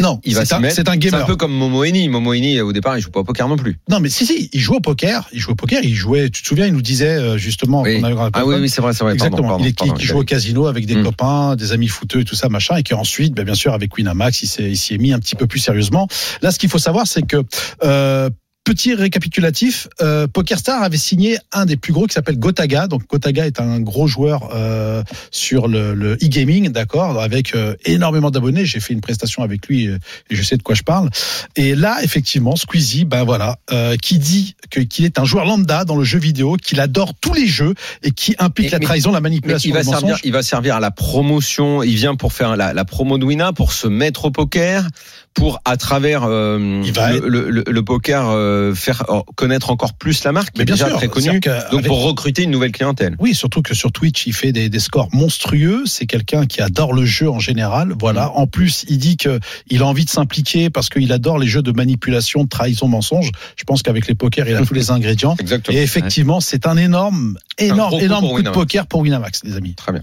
S2: Euh, non,
S1: il va
S2: c'est
S1: s'y
S2: un,
S1: mettre.
S2: c'est un
S1: C'est un
S2: gamer.
S1: peu comme Momo Eni. Momo Eni, euh, au départ, il joue pas au poker non plus.
S2: Non mais si si, il joue au poker, il joue au poker, il jouait. Tu te souviens, il nous disait euh, justement
S1: Oui.
S2: qu'on avait un
S1: Ah oui, oui, c'est vrai, c'est vrai.
S2: Exactement.
S1: Pardon, pardon,
S2: il est, qui-
S1: pardon,
S2: qui
S1: il
S2: joue au casino avec des
S1: Hmm.
S2: copains, des amis fouteux et tout ça, machin, et qui ensuite, ben, bien sûr, avec Winamax, il s'est, il s'y est mis un petit peu plus sérieusement. Là, ce qu'il faut savoir, c'est que, euh, Petit récapitulatif, euh, PokerStar avait signé un des plus gros qui s'appelle Gotaga. Donc Gotaga est un gros joueur euh, sur le le e-gaming, d'accord, avec euh, énormément d'abonnés. J'ai fait une prestation avec lui euh, et je sais de quoi je parle. Et là, effectivement, Squeezie, ben voilà, euh, qui dit que qu'il est un joueur lambda dans le jeu vidéo, qu'il adore tous les jeux et qui implique
S1: Mais-
S2: la
S1: mais-
S2: trahison, la
S1: Mais
S2: manipulation,
S1: il va
S2: le mensonge.
S1: servir, il va servir à la promotion. Il vient pour faire la, la promo de Wina, pour se mettre au poker, pour, à travers euh,
S2: Il va
S1: le,
S2: être-
S1: le- le- le poker, euh, faire euh, connaître encore plus la marque, qui
S2: Mais
S1: est
S2: bien
S1: déjà
S2: sûr,
S1: très connue,
S2: c'est-à-dire que
S1: donc
S2: avec-
S1: pour recruter une nouvelle clientèle.
S2: Oui, surtout que sur Twitch, il fait des, des scores monstrueux. C'est quelqu'un qui adore le jeu en général.
S1: Mm.
S2: Voilà. En plus, il dit que il a envie de s'impliquer parce qu'il adore les jeux de manipulation, de trahison, mensonge. Je pense qu'avec les pokers, il a tous les ingrédients.
S1: Exactement.
S2: Et effectivement, c'est un énorme,
S1: Un gros
S2: énorme,
S1: coup
S2: énorme
S1: pour
S2: coup de
S1: Winamax.
S2: poker pour Winamax, les amis.
S1: Très bien.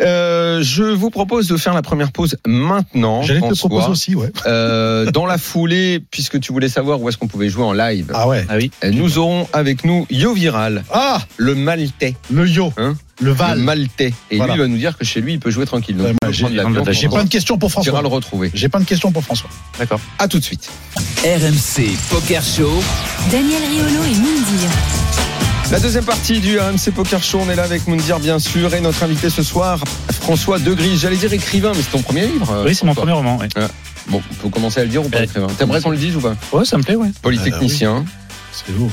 S1: Euh, je vous propose de faire la première pause maintenant.
S2: J'allais te le
S1: François.
S2: proposer aussi, ouais.
S1: Euh, dans la foulée, puisque tu voulais savoir où est-ce qu'on pouvait jouer en live,
S2: Ah ouais.
S1: euh, nous aurons avec nous Yo Viral,
S2: Ah,
S1: le Maltais.
S2: le yo,
S1: Hein
S2: le Val.
S1: Le Maltais. Et
S2: Voilà.
S1: lui, il va nous dire que chez lui, il peut jouer tranquille.
S2: Ouais,
S1: Donc,
S2: moi,
S1: on peut
S2: j'ai-
S1: prendre l'avion
S2: J'ai
S1: pour
S2: pas de question pour
S1: on ira le
S2: François.
S1: retrouver.
S2: J'ai pas de question pour François.
S1: À tout de suite.
S4: RMC Poker Show.
S5: Daniel Riolo et Mindy.
S1: La deuxième partie du RMC Poker Show, on est là avec Moundir bien sûr et notre invité ce soir, François Degris. J'allais dire écrivain, mais c'est ton premier livre. euh,
S3: Oui, c'est mon
S1: François.
S3: premier roman. Ouais,
S1: Bon, on peut commencer à le dire ou pas
S3: Eh,
S1: écrivain T'aimerais qu'on le dise ou pas
S3: Ouais, ça me plaît, ouais. Euh,
S1: Polytechnicien,
S2: C'est beau.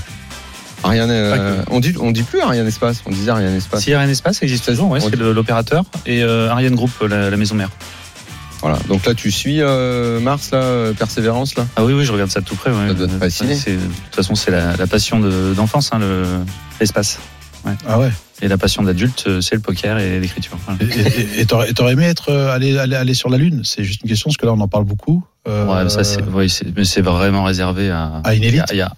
S1: Ariane. euh, on dit, on dit plus Ariane Espace, on disait Ariane Espace.
S3: Si Ariane Espace ça existe toujours, ouais,
S1: On
S3: c'est
S1: dit-
S3: le- l'opérateur. Et euh, Ariane Group, la, la maison mère.
S1: Voilà. Donc là, tu suis euh, Mars là, euh, Persévérance là.
S3: Ah oui, oui, je regarde ça de tout près. ouais.
S1: Ça doit te
S3: Euh,
S1: fasciner.
S3: c'est- De toute façon, c'est la, la passion de- d'enfance, hein, le- l'espace.
S2: Ah ouais.
S3: Et la passion d'adulte, euh, c'est le poker et l'écriture. Voilà.
S2: Et- Et et t'aurais t'aurais aimé être euh, aller, aller, aller sur la Lune C'est juste une question, parce que là, on en parle beaucoup. Euh,
S3: Ouais, mais ça, c'est ouais, c'est- mais c'est vraiment réservé à,
S2: À une élite.
S3: Il y, a- il y a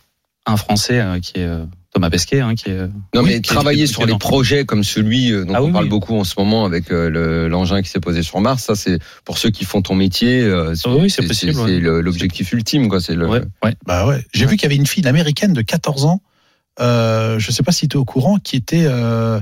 S3: un Français euh, qui est euh, Thomas Pesquet, hein, qui est. euh,
S1: Non,
S3: Oui,
S1: mais
S3: qui est-
S1: travailler
S3: qui est
S1: sur les
S3: dans-
S1: projets comme celui euh, dont
S3: Ah
S1: on
S3: oui,
S1: parle
S3: oui.
S1: beaucoup en ce moment avec euh, le- l'engin qui s'est posé sur Mars, ça c'est pour ceux qui font ton métier, euh, c'est
S3: Ah Oui, oui, c'est
S1: c'est-
S3: possible,
S1: c'est
S3: ouais.
S1: le- l'objectif ultime quoi. C'est le
S3: Ouais, ouais.
S2: Bah ouais. J'ai vu qu'il y avait une fille une américaine de 14 ans, euh, je sais pas si tu es au courant, qui était euh,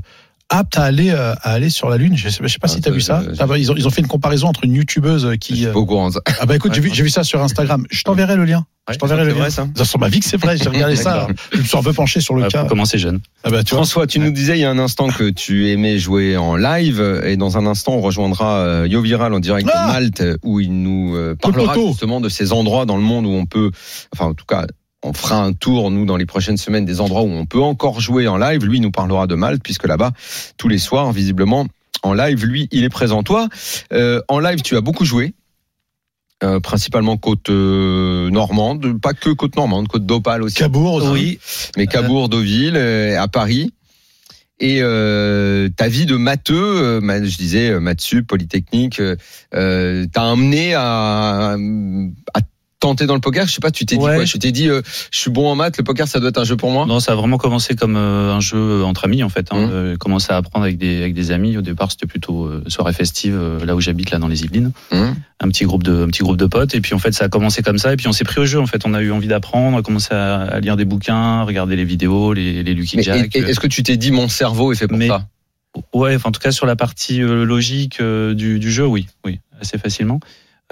S2: apte à aller, euh, à aller sur la Lune. Je sais, je sais pas
S1: Ah,
S2: si tu as
S1: ça,
S2: vu ça.
S1: je-
S2: Ah bah, ils, ont, ils ont fait une comparaison entre une youtubeuse qui. euh,
S1: au courant. ça.
S2: Ah bah écoute, j'ai vu,
S3: Ouais.
S2: j'ai vu ça sur Instagram. Je t'enverrai le lien. Je t'enverrai le
S1: C'est
S2: lien.
S1: vrai, ça
S2: Ça, Sur ma vie que c'est vrai, j'ai regardé ça.
S3: D'accord.
S2: Je me suis un peu penché sur le
S3: Ouais,
S2: cas.
S3: faut commencer jeune.
S2: Ah bah tu vois.
S1: François, tu nous disais il y a un instant que tu aimais jouer en live euh, et dans un instant on rejoindra euh, Yo Viral en direct
S2: Ah
S1: de Malte euh, où il nous euh, parlera
S2: poteau.
S1: justement de ces endroits dans le monde où on peut, enfin en tout cas on fera un tour nous dans les prochaines semaines des endroits où on peut encore jouer en live. Lui il nous parlera de Malte puisque là-bas tous les soirs visiblement en live lui il est présent. Toi euh, en live tu as beaucoup joué. euh, principalement côte euh, normande, pas que côte normande, côte d'Opale aussi
S2: Cabourg,
S1: hein. mais Cabourg, Deauville, euh, à Paris. Et euh, ta vie de matheux, euh, ma- je disais euh, maths sup, polytechnique, euh, euh, t'a amené à, à tenter dans le poker. Je sais pas, tu t'es dit
S3: Ouais.
S1: quoi Tu t'es dit, euh, je suis bon en maths, le poker, ça doit être un jeu pour moi.
S3: Non, ça a vraiment commencé comme euh, un jeu entre amis en fait. Hein.
S1: Mhm.
S3: Euh, commencé à apprendre avec des, avec des amis. Au départ, c'était plutôt euh, soirée festive euh, là où j'habite, là dans les Yvelines.
S1: Mhm.
S3: Un petit groupe de un petit groupe de potes. Et puis en fait, ça a commencé comme ça. Et puis on s'est pris au jeu. En fait, on a eu envie d'apprendre. On a commencé à, à lire des bouquins, regarder les vidéos, les, les Lucky
S1: Mais
S3: Jack.
S1: et- et- est-ce que tu t'es dit, mon cerveau est fait pour
S3: euh, Mais-
S1: ça
S3: Ouais, enfin, en tout cas sur la partie euh, logique euh, du, du jeu, oui, oui, assez facilement.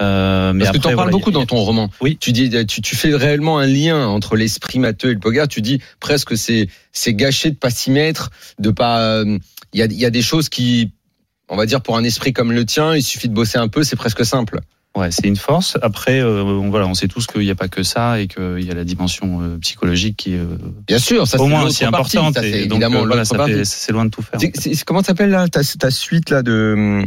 S3: Euh, mais
S1: Parce que
S3: après,
S1: tu en parles
S3: voilà,
S1: beaucoup
S3: il y a-
S1: dans ton roman.
S3: Oui.
S1: Tu dis, tu, tu fais réellement un lien entre l'esprit matheux et le poker. Tu dis presque c'est c'est gâché de pas s'y mettre, de pas. euh, Il y a il y a des choses qui, on va dire pour un esprit comme le tien, il suffit de bosser un peu, c'est presque simple.
S3: Ouais, c'est une force. Après, euh, on, voilà, on sait tous qu'il n'y a pas que ça et qu'il y a la dimension euh, psychologique qui est euh,
S1: Bien sûr, ça c'est
S3: au moins
S1: l'autre
S3: aussi
S1: partie,
S3: importante.
S1: ça, c'est
S3: et donc,
S1: évidemment
S3: euh, voilà,
S1: l'autre
S3: ça
S1: partie.
S3: fait- c'est loin de tout faire.
S1: C'est- c'est- c'est- comment ça s'appelle là ta, ta suite là de hum,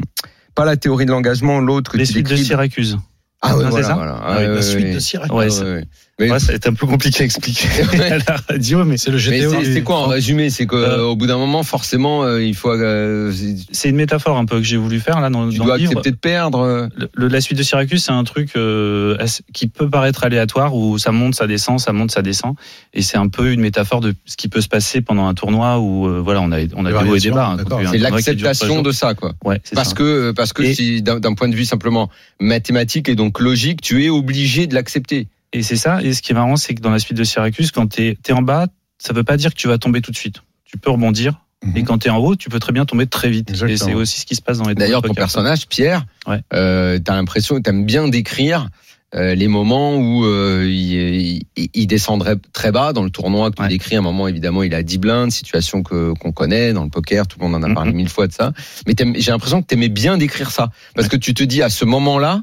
S1: pas la théorie de l'engagement, l'autre que
S3: Les
S1: tu
S3: suites de
S1: décris.
S3: Syracuse.
S1: Ah ouais,
S3: Non, c'est
S1: voilà,
S3: ça
S1: voilà. Ah
S2: avec
S1: ouais,
S2: la
S1: ouais,
S2: suite
S1: ouais.
S2: de Syracuse.
S3: Ouais,
S1: Ah
S3: c'est-
S1: ouais. Mais-
S3: Ouais, c'est un peu compliqué à expliquer à la radio, mais
S2: C'est le
S1: Mais
S2: GTO.
S1: c'est- c'est quoi en résumé C'est qu'au
S3: Euh,
S1: bout d'un moment, forcément, euh, il faut. euh,
S3: c'est une métaphore un peu que j'ai voulu faire là dans,
S1: tu
S3: dans
S1: dois
S3: le livre.
S1: accepter de perdre. euh.
S3: Le- le- la suite de Syracuse, c'est un truc euh, assez- qui peut paraître aléatoire, où ça monte, ça descend, ça monte, ça descend, et c'est un peu une métaphore de ce qui peut se passer pendant un tournoi où euh, voilà, on a on a
S2: Les
S3: des hauts et des
S2: variations,
S3: bas. hein,
S2: d'accord.
S3: quand il y a un
S1: C'est
S3: tournoi qui dure trois
S1: l'acceptation
S3: jours.
S1: de ça, quoi.
S3: Ouais, c'est
S1: Parce
S3: ça.
S1: que, euh, parce que
S3: Et-
S1: si, d'un d'un point de vue simplement mathématique et donc logique, tu es obligé de l'accepter.
S3: Et c'est ça. Et ce qui est marrant, c'est que dans la suite de Syracuse, quand t'es es en bas, ça veut pas dire que tu vas tomber tout de suite. Tu peux rebondir.
S2: Mhm.
S3: Et quand t'es en haut, tu peux très bien tomber très vite. Et
S2: Exactement.
S3: c'est aussi ce qui se passe dans les
S1: D'ailleurs, ton
S3: tournois de poker.
S1: personnage, Pierre,
S3: Ouais.
S1: euh, t'as l'impression, t'aimes bien décrire euh, les moments où euh, il, il- il descendrait très bas dans le tournoi que tu
S3: Ouais.
S1: décris. À un moment, évidemment, il a 10 blindes, situation que qu'on connaît dans le poker, tout le monde en a parlé
S3: Mhm.
S1: mille fois de ça. Mais t'aimes- j'ai l'impression que t'aimais bien décrire ça. Parce que tu te dis, à ce moment-là,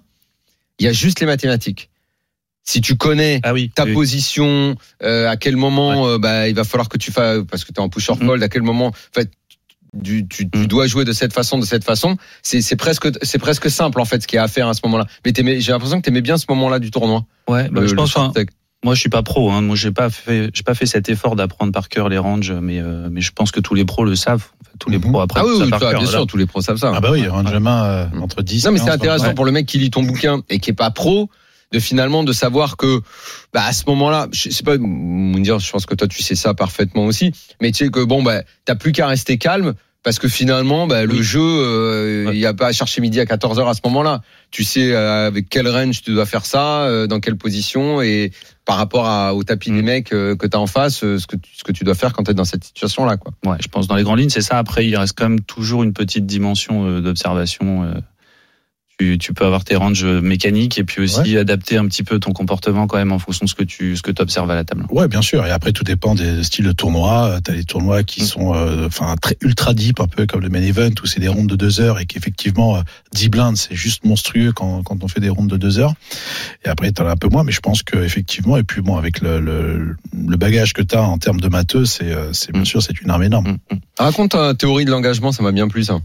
S1: il y a juste les mathématiques. Si tu connais
S3: Ah oui.
S1: ta
S3: oui.
S1: position, euh, à quel moment euh, bah, il va falloir que tu fasses, parce que tu es en push or
S3: Mhm.
S1: fold, à quel moment, en fait, du- tu,
S3: Mm.
S1: tu dois jouer de cette façon, de cette façon. C'est c'est presque, c'est presque simple en fait ce qu'il y a à faire à ce moment-là. Mais t'aimais- j'ai l'impression que t'aimais bien ce moment-là du tournoi.
S3: Ouais, bah,
S1: Le-
S3: je pense.
S1: le
S3: enfin,
S1: short-tech.
S3: moi, je suis pas pro. Hein. Moi, j'ai pas fait, j'ai pas fait cet effort d'apprendre par cœur les ranges, mais euh, mais je pense que tous les pros le savent. En fait, tous les
S2: Mhm.
S3: pros apprennent
S1: Ah oui,
S3: ça
S1: oui,
S3: par
S1: toi,
S3: cœur.
S1: bien
S3: voilà.
S1: sûr, tous les pros savent ça.
S2: Ah bah oui, un main euh, entre 10
S1: Mm. Non, mais
S2: 15,
S1: c'est intéressant
S2: ouais.
S1: pour le mec qui lit ton bouquin et qui est pas pro de finalement de savoir que bah, à ce moment-là, je sais pas, dire, je pense que toi tu sais ça parfaitement aussi, mais tu sais que bon bah t'as plus qu'à rester calme parce que finalement bah, le jeu euh, il
S3: Ouais.
S1: y a pas à chercher midi à 14 heures à ce moment-là. Tu sais euh, avec quel range tu dois faire ça, euh, dans quelle position et par rapport à, au tapis des mecs euh, que t'as en face, euh, ce que tu- ce que tu dois faire quand t'es dans cette situation-là quoi.
S3: Ouais, je pense dans les grandes lignes, c'est ça. Après, il reste quand même toujours une petite dimension euh, d'observation. euh. tu, tu peux avoir tes ranges euh, mécaniques et puis aussi adapter un petit peu ton comportement quand même en fonction de ce que tu ce que observes à la table.
S2: Ouais, bien sûr. Et après, tout dépend des styles de tournois. Euh, T'as des tournois qui
S3: Mm.
S2: sont, euh, enfin, très ultra deep, un peu comme le main event, où c'est des rondes de deux heures et qu'effectivement, euh, 10 blindes, c'est juste monstrueux quand, quand on fait des rondes de deux heures. Et après, t'en as un peu moins, mais je pense que effectivement, et puis bon, avec le, le, le bagage que t'as en termes de matheux, c'est, euh, c'est bien
S3: Mm.
S2: sûr, c'est une arme énorme.
S3: Mhm.
S1: Raconte ta théorie de l'engagement, ça m'a bien plu ça.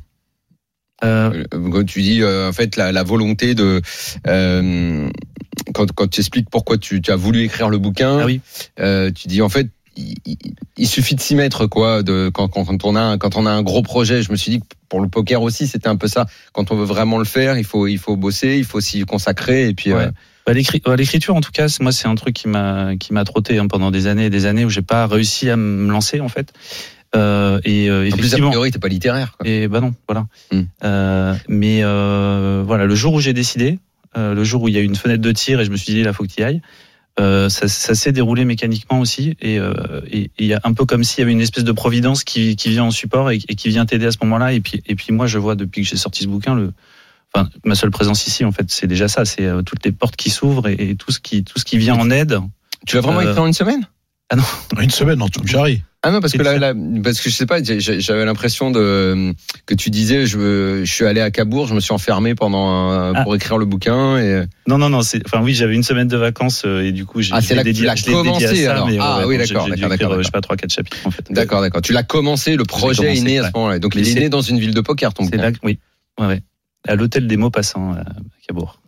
S3: Euh,
S1: Euh, Quand tu dis euh, en fait la, la volonté de euh, quand, quand tu expliques pourquoi tu, tu as voulu écrire le bouquin,
S3: Ah oui.
S1: euh, tu dis en fait il, il- il suffit de s'y mettre quoi. De, quand, quand, quand on a un- quand on a un gros projet, je me suis dit que pour le poker aussi c'était un peu ça. Quand on veut vraiment le faire, il faut il faut bosser, il faut s'y consacrer et puis
S3: Ouais.
S1: euh,
S3: Bah, l'écri- bah, l'écriture, en tout cas, c'est- moi, c'est un truc qui m'a qui m'a trotté hein, pendant des années et des années où j'ai pas réussi à me lancer en fait. Euh, et euh,
S1: en plus a
S3: effectivement.
S1: priori t'es pas littéraire. Quoi.
S3: et bah non, voilà.
S1: Mm.
S3: Euh, mais euh, voilà, le jour où j'ai décidé, euh, le jour où il y a eu une fenêtre de tir et je me suis dit là faut que tu y ailles. euh, ça ça s'est déroulé mécaniquement aussi et euh, et- et il y a un peu comme s'il y avait une espèce de providence qui, qui vient en support et, et qui vient t'aider à ce moment-là et puis et puis moi je vois depuis que j'ai sorti ce bouquin le enfin ma seule présence ici en fait c'est déjà ça c'est euh, toutes les portes qui s'ouvrent et, et tout ce qui tout ce qui vient en aide
S1: Tu l'as vraiment
S3: Euh,
S1: écrit en une semaine
S2: Une semaine en tout, Jarry.
S1: Ah non, parce que,
S3: C'est
S1: là,
S3: ça.
S1: parce que je sais pas, j'ai- j'ai- j'avais l'impression de que tu disais, je, je suis allé à Cabourg, je me suis enfermé pendant un-
S3: Ah.
S1: pour écrire le bouquin. Et...
S3: Non, non, non. c'est- Enfin, oui, j'avais une semaine de vacances euh, et du coup, j'ai
S1: Ah,
S3: je
S1: c'est
S3: l'ai
S1: là que tu
S3: dédié,
S1: l'as
S3: je l'ai dédié
S1: commencé,
S3: à ça.
S1: alors.
S3: mais,
S1: Ah,
S3: ouais,
S1: oui,
S3: donc j'ai-
S1: d'accord,
S3: j'ai dû
S1: d'accord,
S3: écrire,
S1: d'accord,
S3: euh, Je sais pas trois, quatre chapitres en fait.
S1: D'accord, d'accord. Tu l'as commencé, le projet est
S3: commencé,
S1: né à
S3: ouais.
S1: ce moment-là. Donc
S3: Mais
S1: il est
S3: c'est-
S1: né dans une ville de poker, ton
S3: C'est
S1: bouquin.
S3: là, que- oui, ouais, ouais. à l'hôtel des mots passants à Cabourg.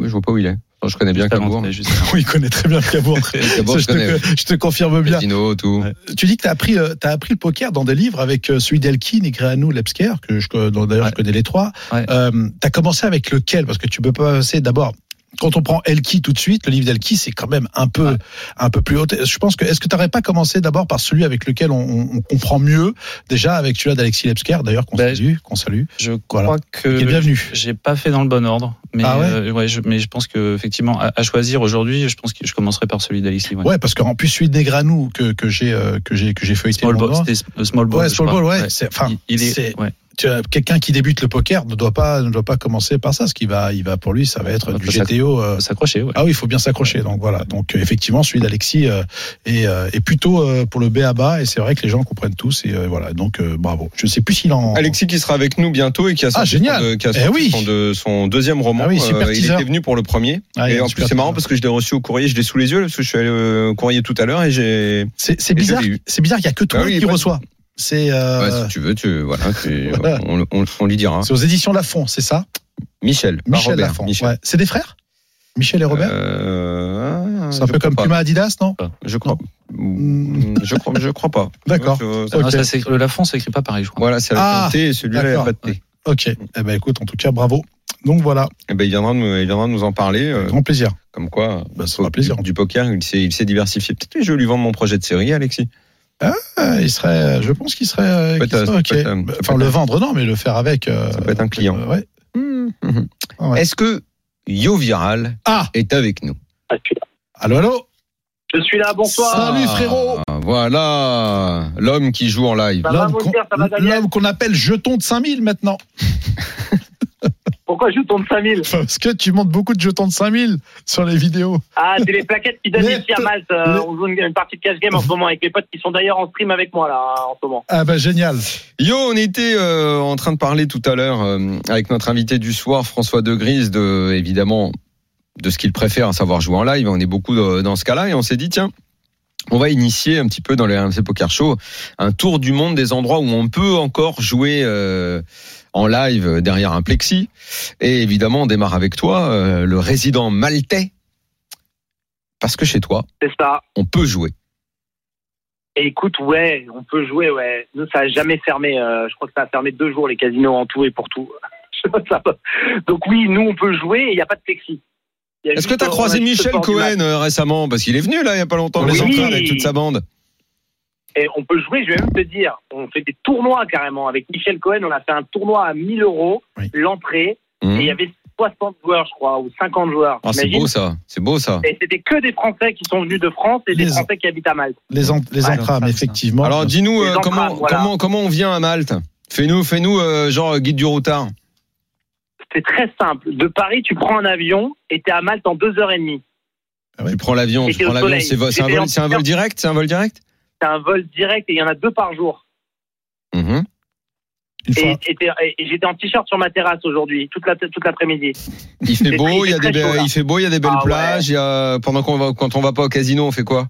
S1: Je vois pas où il est. Non, je connais Eh bien
S3: Juste avant,
S1: Cabourg.
S3: mais juste avant.
S2: Oui, il connaît très bien Cabourg.
S1: Cabourg,
S2: Ça,
S1: je
S2: je,
S1: connais.
S2: te, je te confirme bien.
S1: Casino, tout.
S3: Ouais.
S2: Tu dis que t'as appris, euh, t'as appris le poker dans des livres avec euh, celui d'Elkin et Granu Lepsker, que je, dont d'ailleurs
S3: Ouais.
S2: je connais les trois.
S3: Ouais.
S2: Euh, t'as commencé avec lequel Parce que tu peux pas passer d'abord. Quand on prend Elki tout de suite, le livre d'Elki, c'est quand même un peu, un peu plus haut. Je pense que, est-ce que t'aurais pas commencé d'abord par celui avec lequel on, on- on comprend mieux, déjà avec celui-là d'Alexis Lepsker, d'ailleurs, qu'on
S3: Ben, euh,
S2: salue, qu'on salue,
S3: Je
S2: Voilà.
S3: crois
S2: qui est
S3: que
S2: bienvenu.
S3: j'ai pas fait dans le bon ordre, mais
S2: Ah ouais
S3: euh, ouais, je, mais je pense que effectivement à, à choisir aujourd'hui, je pense que je commencerai par celui d'Alice Lee. ouais.
S2: Ouais, parce qu'en plus, celui de Granu que, que j'ai, euh, que j'ai, que j'ai feuilleté.
S3: Small
S2: mon
S3: ball,
S2: doigt.
S3: c'était s- euh, small ball.
S2: Ouais,
S3: je
S2: small
S3: crois.
S2: ball, ouais. C'est- enfin,
S3: Il- il est-
S2: c'est-
S3: ouais.
S2: tu as- quelqu'un qui débute le poker ne doit pas ne doit pas commencer par ça ce qui va il va pour lui ça va être
S3: Faut
S2: du
S3: s'accro-
S2: GTO euh,
S3: Faut S'accrocher, ouais.
S2: ah oui, il faut bien s'accrocher. Donc voilà. Donc euh, effectivement, celui d'Alexis euh, est, euh, est plutôt euh, pour le B à bas. Et c'est vrai que les gens comprennent tous. Et euh, voilà. Donc euh, bravo. Je sais plus s'il en.
S1: Alexis qui sera avec nous bientôt et qui a sorti,
S2: génial.
S1: son, de- qui a
S2: Eh
S1: sorti
S2: oui.
S1: son de- son deuxième roman. euh,
S2: Ah oui, super
S1: il
S2: teaser.
S1: était venu pour le premier.
S2: Ah, il
S1: et
S2: est
S1: en
S2: super
S1: plus c'est marrant
S2: teaser.
S1: parce que je l'ai reçu au courrier, je l'ai sous les yeux, parce que je suis allé euh, au courrier tout à l'heure et j'ai...
S2: C'est c'est
S1: Et je
S2: bizarre.
S1: l'ai eu.
S2: C'est bizarre. Il y a que toi
S1: Ah oui,
S2: qui
S1: pas-
S2: reçoit. C'est euh,
S1: Bah, si tu veux, tu, voilà, tu-
S2: Voilà.
S1: On, on- on lui dira.
S2: c'est aux éditions Lafont, c'est ça.
S1: Michel. pas
S2: Michel
S1: Ah, Robert,
S2: Lafont.
S1: Michel.
S2: ouais. C'est des frères. Michel et Robert.
S1: Euh,
S2: c'est un
S1: je
S2: peu comme
S1: crois
S2: Puma Adidas, non
S1: pas. Euh, Je crois.
S2: Mm.
S1: Je crois, je crois pas.
S2: D'accord.
S1: Tu vois, ça-
S3: Ah,
S2: ok.
S3: ça, c'est- le Lafon, ça écrit pas pareil, je crois.
S1: Voilà, c'est avec
S2: Ah,
S1: un T et celui-là, il n'y a
S2: d'accord.
S1: pas de T.
S2: Ok. Eh ben écoute, en tout cas, bravo. Donc voilà,
S1: Eh ben, il, viendra nous, il viendra nous en parler, euh,
S2: grand plaisir.
S1: comme quoi,
S2: Bah, ça
S1: au-
S2: fera plaisir.
S1: du, du poker, il s'est il s'est diversifié. Peut-être que je vais lui vendre mon projet de série, Alexis.
S2: Euh, il serait, je pense qu'il serait, euh,
S1: Ça peut
S2: qu'il
S1: être-
S2: serait
S1: ça
S2: ok.
S1: peut être un-
S2: Bah,
S1: ça
S2: Enfin,
S1: peut
S2: le
S1: être-
S2: vendre, non, mais le faire avec. euh,
S1: Ça peut être un client.
S2: euh, ouais.
S1: Mhm.
S2: Ah ouais.
S1: Est-ce que Yo Viral
S2: Ah,
S1: est avec nous
S6: Ah, je suis là.
S2: allô, allô.
S6: Je suis là, bonsoir.
S2: Salut, frérot.
S1: Ah, Voilà, l'homme qui joue en live.
S6: Ça va,
S2: L'homme
S6: mon
S2: qu'on-
S6: cher, ça va, Daniel
S2: l'homme qu'on appelle jeton de 5000 maintenant.
S6: Pourquoi je tourne 5000
S2: Parce que tu montes beaucoup de jetons de 5000 sur les vidéos.
S6: Ah, c'est les plaquettes qui donnent
S2: Mais
S6: ici à
S2: te-
S6: Malte. Euh,
S2: mais-
S6: On joue une, une partie de cash game en ce moment avec mes potes qui sont d'ailleurs en stream avec moi là hein, en ce moment.
S2: Ah, bah, génial.
S1: Yo, on était euh, en train de parler tout à l'heure euh, avec notre invité du soir, François de Grise, de évidemment de ce qu'il préfère, à savoir jouer en live. On est beaucoup euh, dans ce cas-là et on s'est dit tiens, On va initier un petit peu dans le RMC Poker Show un tour du monde des endroits où on peut encore jouer euh, en live euh, derrière un plexi. Et évidemment, on démarre avec toi, euh, le résident maltais, parce que chez toi,
S6: C'est ça.
S1: on peut jouer.
S6: Et écoute, ouais, on peut jouer, ouais. Nous, ça a jamais fermé. euh, je crois que ça a fermé deux jours les casinos en tout et pour tout. Je sais pas, ça va. Donc oui, nous, on peut jouer et il n'y a pas de taxi. Il y a
S1: Est-ce que
S6: juste-
S1: tu as
S6: on a
S1: croisé
S6: juste
S1: Michel
S6: le port du
S1: Cohen euh, récemment Parce qu'il est venu là il n'y a pas longtemps,
S6: Oui.
S1: les entraînes avec toute sa bande.
S6: Et on peut jouer, je vais même te dire, on fait des tournois carrément. Avec Michel Cohen, on a fait un tournoi à 1000 euros,
S2: Oui.
S6: l'entrée,
S1: Mmh.
S6: et euh, il y avait 60 joueurs, je crois, ou 50 joueurs.
S1: Ah, c'est
S6: t'imagines
S1: beau ça, c'est beau ça.
S6: Et c'était que des Français qui sont venus de France et des
S2: Les-
S6: Français qui habitent à Malte.
S2: Les, en- les
S3: Ouais,
S2: entrames,
S3: ça.
S2: effectivement.
S1: hein. Alors dis-nous
S6: Les
S1: euh,
S6: entraves,
S1: comment,
S6: voilà.
S1: comment, comment on vient à Malte Fais-nous, fais-nous euh, genre guide du routard.
S6: C'est très simple. De Paris, tu prends un avion et t'es à Malte en deux heures et demie.
S1: Tu prends l'avion, tu
S6: J'étais
S1: prends
S6: au
S1: l'avion,
S6: soleil.
S1: c'est vo- c'est un
S6: J'étais
S1: vol,
S6: en
S1: c'est un vol
S6: Turquie.
S1: direct, c'est un vol direct.
S6: T'as un vol direct et il y en a deux par jour. Mmh.
S1: Mhm.
S2: une
S6: Et,
S2: fois,
S6: et t'es- et- et j'étais en t-shirt sur ma terrasse aujourd'hui, toute la- toute l'après-midi.
S1: Il fait
S6: C'est
S1: beau,
S6: très-
S1: il y a des,
S6: c'est très chaud,
S1: be-
S6: là.
S1: il fait beau, il y a des belles
S6: Ah ouais.
S1: plages. il y a- pendant qu'on va, quand on va pas au casino, on fait quoi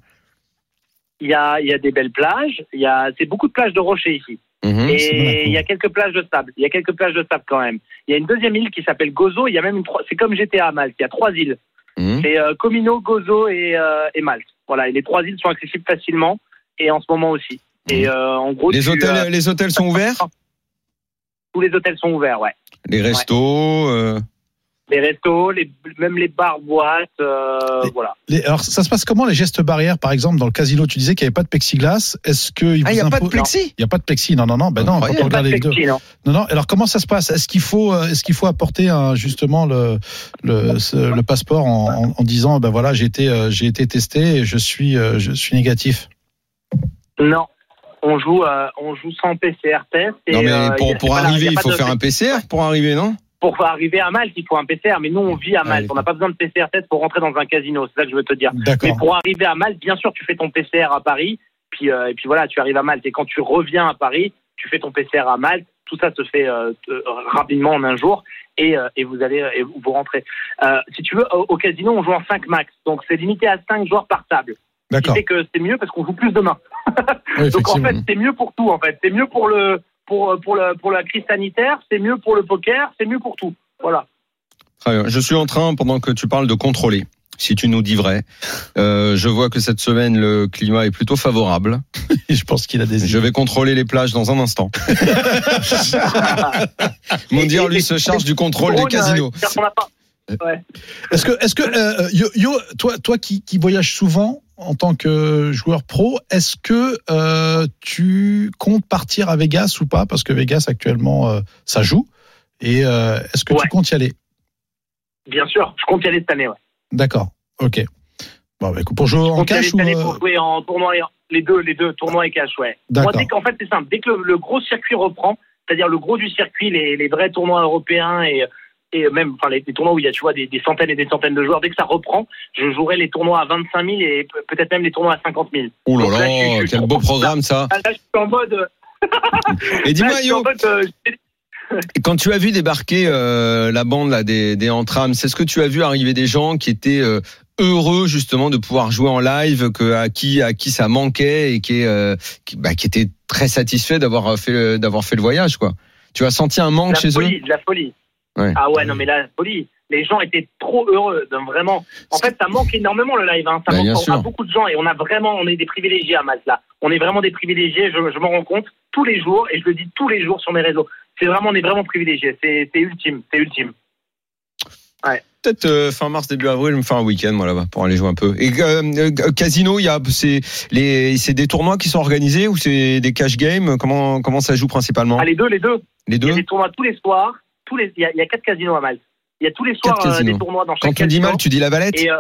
S6: Il y a, il y a des belles plages. Il y a, c'est beaucoup de plages de rochers ici.
S1: Mhm.
S2: c'est Monaco.
S6: et il y a quelques plages de sable. Il y a quelques plages de sable quand même. Il y a une deuxième île qui s'appelle Gozo. Il y a même une, tro- c'est comme GTA à Malte. Il y a trois îles.
S1: Mhm.
S6: C'est euh, Comino, Gozo et, euh, et Malte. Voilà. Et les trois îles sont accessibles facilement et en ce moment aussi. Et euh, en gros,
S1: Mmh. Les
S6: tu,
S1: hôtels,
S6: euh,
S1: les hôtels sont ouverts,
S6: tous les hôtels sont ouverts, ouais.
S1: les restos. euh,
S6: Les restos, les, même les bars, boîtes, euh,
S2: Et-
S6: voilà.
S2: les- alors, ça se passe comment les gestes barrières, par exemple, dans le casino Tu disais qu'il n'y avait pas de plexiglas. Est-ce qu'il
S1: Ah, il y a pas de
S2: plexiglas
S1: plexi.
S2: Il n'y a pas de plexi. Non, non, non. Ben non, quand
S1: Incroyable.
S2: on regarde les
S6: Pas
S2: deux.
S6: de taxi, non.
S2: Non, non. Alors, comment ça se passe Est-ce qu'il faut, euh, est-ce qu'il faut apporter un, justement le, le, ce- le passeport en, en- en disant, ben voilà, j'ai été, euh, j'ai été testé et je suis, euh, je suis négatif
S6: Non. On joue, euh, on joue sans PCR test. et,
S1: Non mais
S6: euh, y
S1: pour,
S6: a-
S1: pour
S6: voilà,
S1: arriver,
S6: y a
S1: il
S6: pas
S1: faut
S6: de-
S1: faire un PCR pour arriver, non
S6: Pour arriver à Malte, il faut un PCR. Mais nous, on vit à Malte.
S3: Allez.
S6: on n'a pas besoin de PCR test pour rentrer dans un casino. C'est ça que je veux te dire. Mais
S2: D'accord.
S6: pour arriver à Malte, bien sûr, tu fais ton PCR à Paris. Puis, euh, et puis voilà, tu arrives à Malte. Et quand tu reviens à Paris, tu fais ton PCR à Malte. Tout ça se fait euh, euh, rapidement en un jour. Et, euh, et vous allez euh, et vous rentrez. Euh, si tu veux, au, au casino, on joue en 5 max. Donc c'est limité à 5 joueurs par table. Ce qui
S2: D'accord.
S6: fait que c'est mieux parce qu'on joue plus de mains.
S2: Oui,
S6: Donc en
S2: effectivement.
S6: fait, c'est mieux pour tout. En fait, c'est mieux pour le pour pour la pour la crise sanitaire, c'est mieux pour le poker, c'est mieux pour tout. Voilà.
S1: Très bien. Je suis en train, pendant que tu parles, de contrôler. Si tu nous dis vrai, Euh, je vois que cette semaine le climat est plutôt favorable.
S2: Je pense qu'il a des.
S1: Je vais contrôler les plages dans un instant. Mondir lui se charge du contrôle des
S6: Drone, euh,
S1: casinos.
S6: c'est-à-dire qu'on n'a pas-
S2: Est-ce que, est-ce que euh, euh, yo, Yo, toi, toi qui, qui voyages souvent en tant que joueur pro, est-ce que euh, tu comptes partir à Vegas ou pas Parce que Vegas actuellement, euh, ça joue. Et euh, est-ce que
S6: Ouais.
S2: tu comptes y aller
S6: Bien sûr, je compte y aller cette année. ouais.
S2: D'accord. Ok. Bon, bah, écoute, pour jouer en
S6: compte y aller
S2: cash
S6: cette
S2: ou
S6: année
S2: euh,
S6: pour jouer en tournoi et en- les deux les deux tournois et cash ouais. Moi,
S2: d'accord.
S6: dès qu'en fait, c'est simple. Dès que le, le gros circuit reprend, c'est-à-dire le gros du circuit, les, les vrais tournois européens et, et même enfin, les, les tournois où il y a tu vois, des, des centaines et des centaines de joueurs, dès que ça reprend, je jouerai les tournois à 25 000 et pe- peut-être même les tournois à 50 000.
S1: Oh
S6: Donc
S1: là
S6: là, je suis-
S1: là,
S6: je suis
S1: quel beau
S6: content.
S1: programme ça.
S6: Ah, Là, je suis en mode. euh,
S1: Et
S6: là,
S1: dis-moi,
S6: je suis en
S1: Yo,
S6: mode, euh, je-
S1: quand tu as vu débarquer euh, la bande là, des, des entrames, c'est ce que tu as vu arriver des gens qui étaient euh, heureux justement de pouvoir jouer en live, que, à, qui, à qui ça manquait et qui, euh, qui, bah, qui étaient très satisfaits d'avoir euh, fait, le- d'avoir fait le voyage. quoi. Tu as senti un manque
S6: la
S1: chez
S6: folie, de la folie.
S1: Ouais.
S6: Ah ouais, non, mais la folie. Les gens étaient trop heureux, donc vraiment. En fait, ça manque énormément le live. hein. Ça
S1: Bah, bien
S6: manque
S1: sûr.
S6: à beaucoup de gens et on a vraiment, on est des privilégiés à Malte là. On est vraiment des privilégiés. Je, je m'en rends compte tous les jours et je le dis tous les jours sur mes réseaux. C'est vraiment, on est vraiment privilégiés. C'est c'est ultime, c'est ultime.
S1: eux Peut-être euh, fin mars, début avril, je vais me faire un week-end moi là-bas pour aller jouer un peu. Et euh, euh, casino, il y a c'est les c'est des tournois qui sont organisés ou c'est des cash games Comment comment ça joue principalement
S6: Ah, les deux, les deux.
S1: Les
S6: Il y a
S1: deux.
S6: des tournois tous les soirs. Tous les, il y a, il y a quatre casinos à Malte. Il y a tous les soirs
S1: Quatre
S6: euh,
S1: casinos.
S6: des tournois dans
S1: Quand
S6: chaque
S1: tu dis
S6: casino.
S1: mal, tu dis la valette.
S6: Et euh,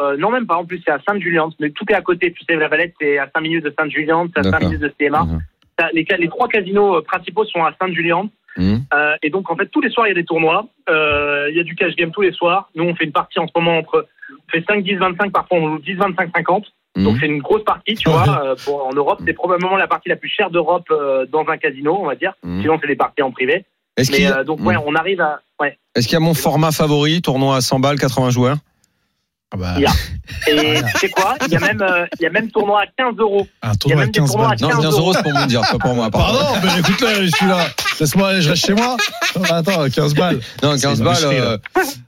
S6: euh, non, même pas. En plus, c'est à Sainte-Julienne. Mais tout est à côté. Tu sais, la Valette, c'est à 5 minutes de Sainte-Julienne, c'est à 5
S1: D'accord.
S6: minutes de CMA.
S1: Mhm.
S6: Ça, Les, ca- les trois casinos euh, principaux sont à Sainte-Julienne.
S1: Mhm.
S6: Euh, et donc, en fait, tous les soirs, il y a des tournois. Euh, Il y a du cash game tous les soirs. Nous, on fait une partie en ce moment entre. On fait 5, 10, 25. Parfois, on joue 10, 25, 50. Donc,
S1: Mhm.
S6: c'est une grosse partie, tu vois. euh, pour- en Europe, c'est probablement la partie la plus chère d'Europe euh, dans un casino, on va dire.
S1: Mhm.
S6: Sinon, c'est des parties en privé.
S1: Est-ce qu'il
S6: Mais
S1: y a-
S6: euh, donc, ouais,
S1: Mhm.
S6: on arrive à. Ouais.
S1: Est-ce qu'il y a mon format favori, tournoi à 100 balles, 80 joueurs
S2: Ah bah,
S6: Il y a- Et tu sais quoi Il y a même, euh, il y a même tournoi à 15 euros.
S2: un
S6: Il y a
S2: tournoi à
S6: même des
S2: 15
S6: tournois à
S2: Ah, balles.
S6: 15
S1: Non, 15
S6: euros.
S1: euros, c'est pour me dire, pas pour moi. pardon.
S2: Pardon, mais écoute là, je suis là. Laisse-moi aller, je reste chez moi. Attends, 15 balles.
S1: Non,
S2: C'est
S1: 15
S2: une
S1: balles,
S2: boucherie, là.
S1: euh,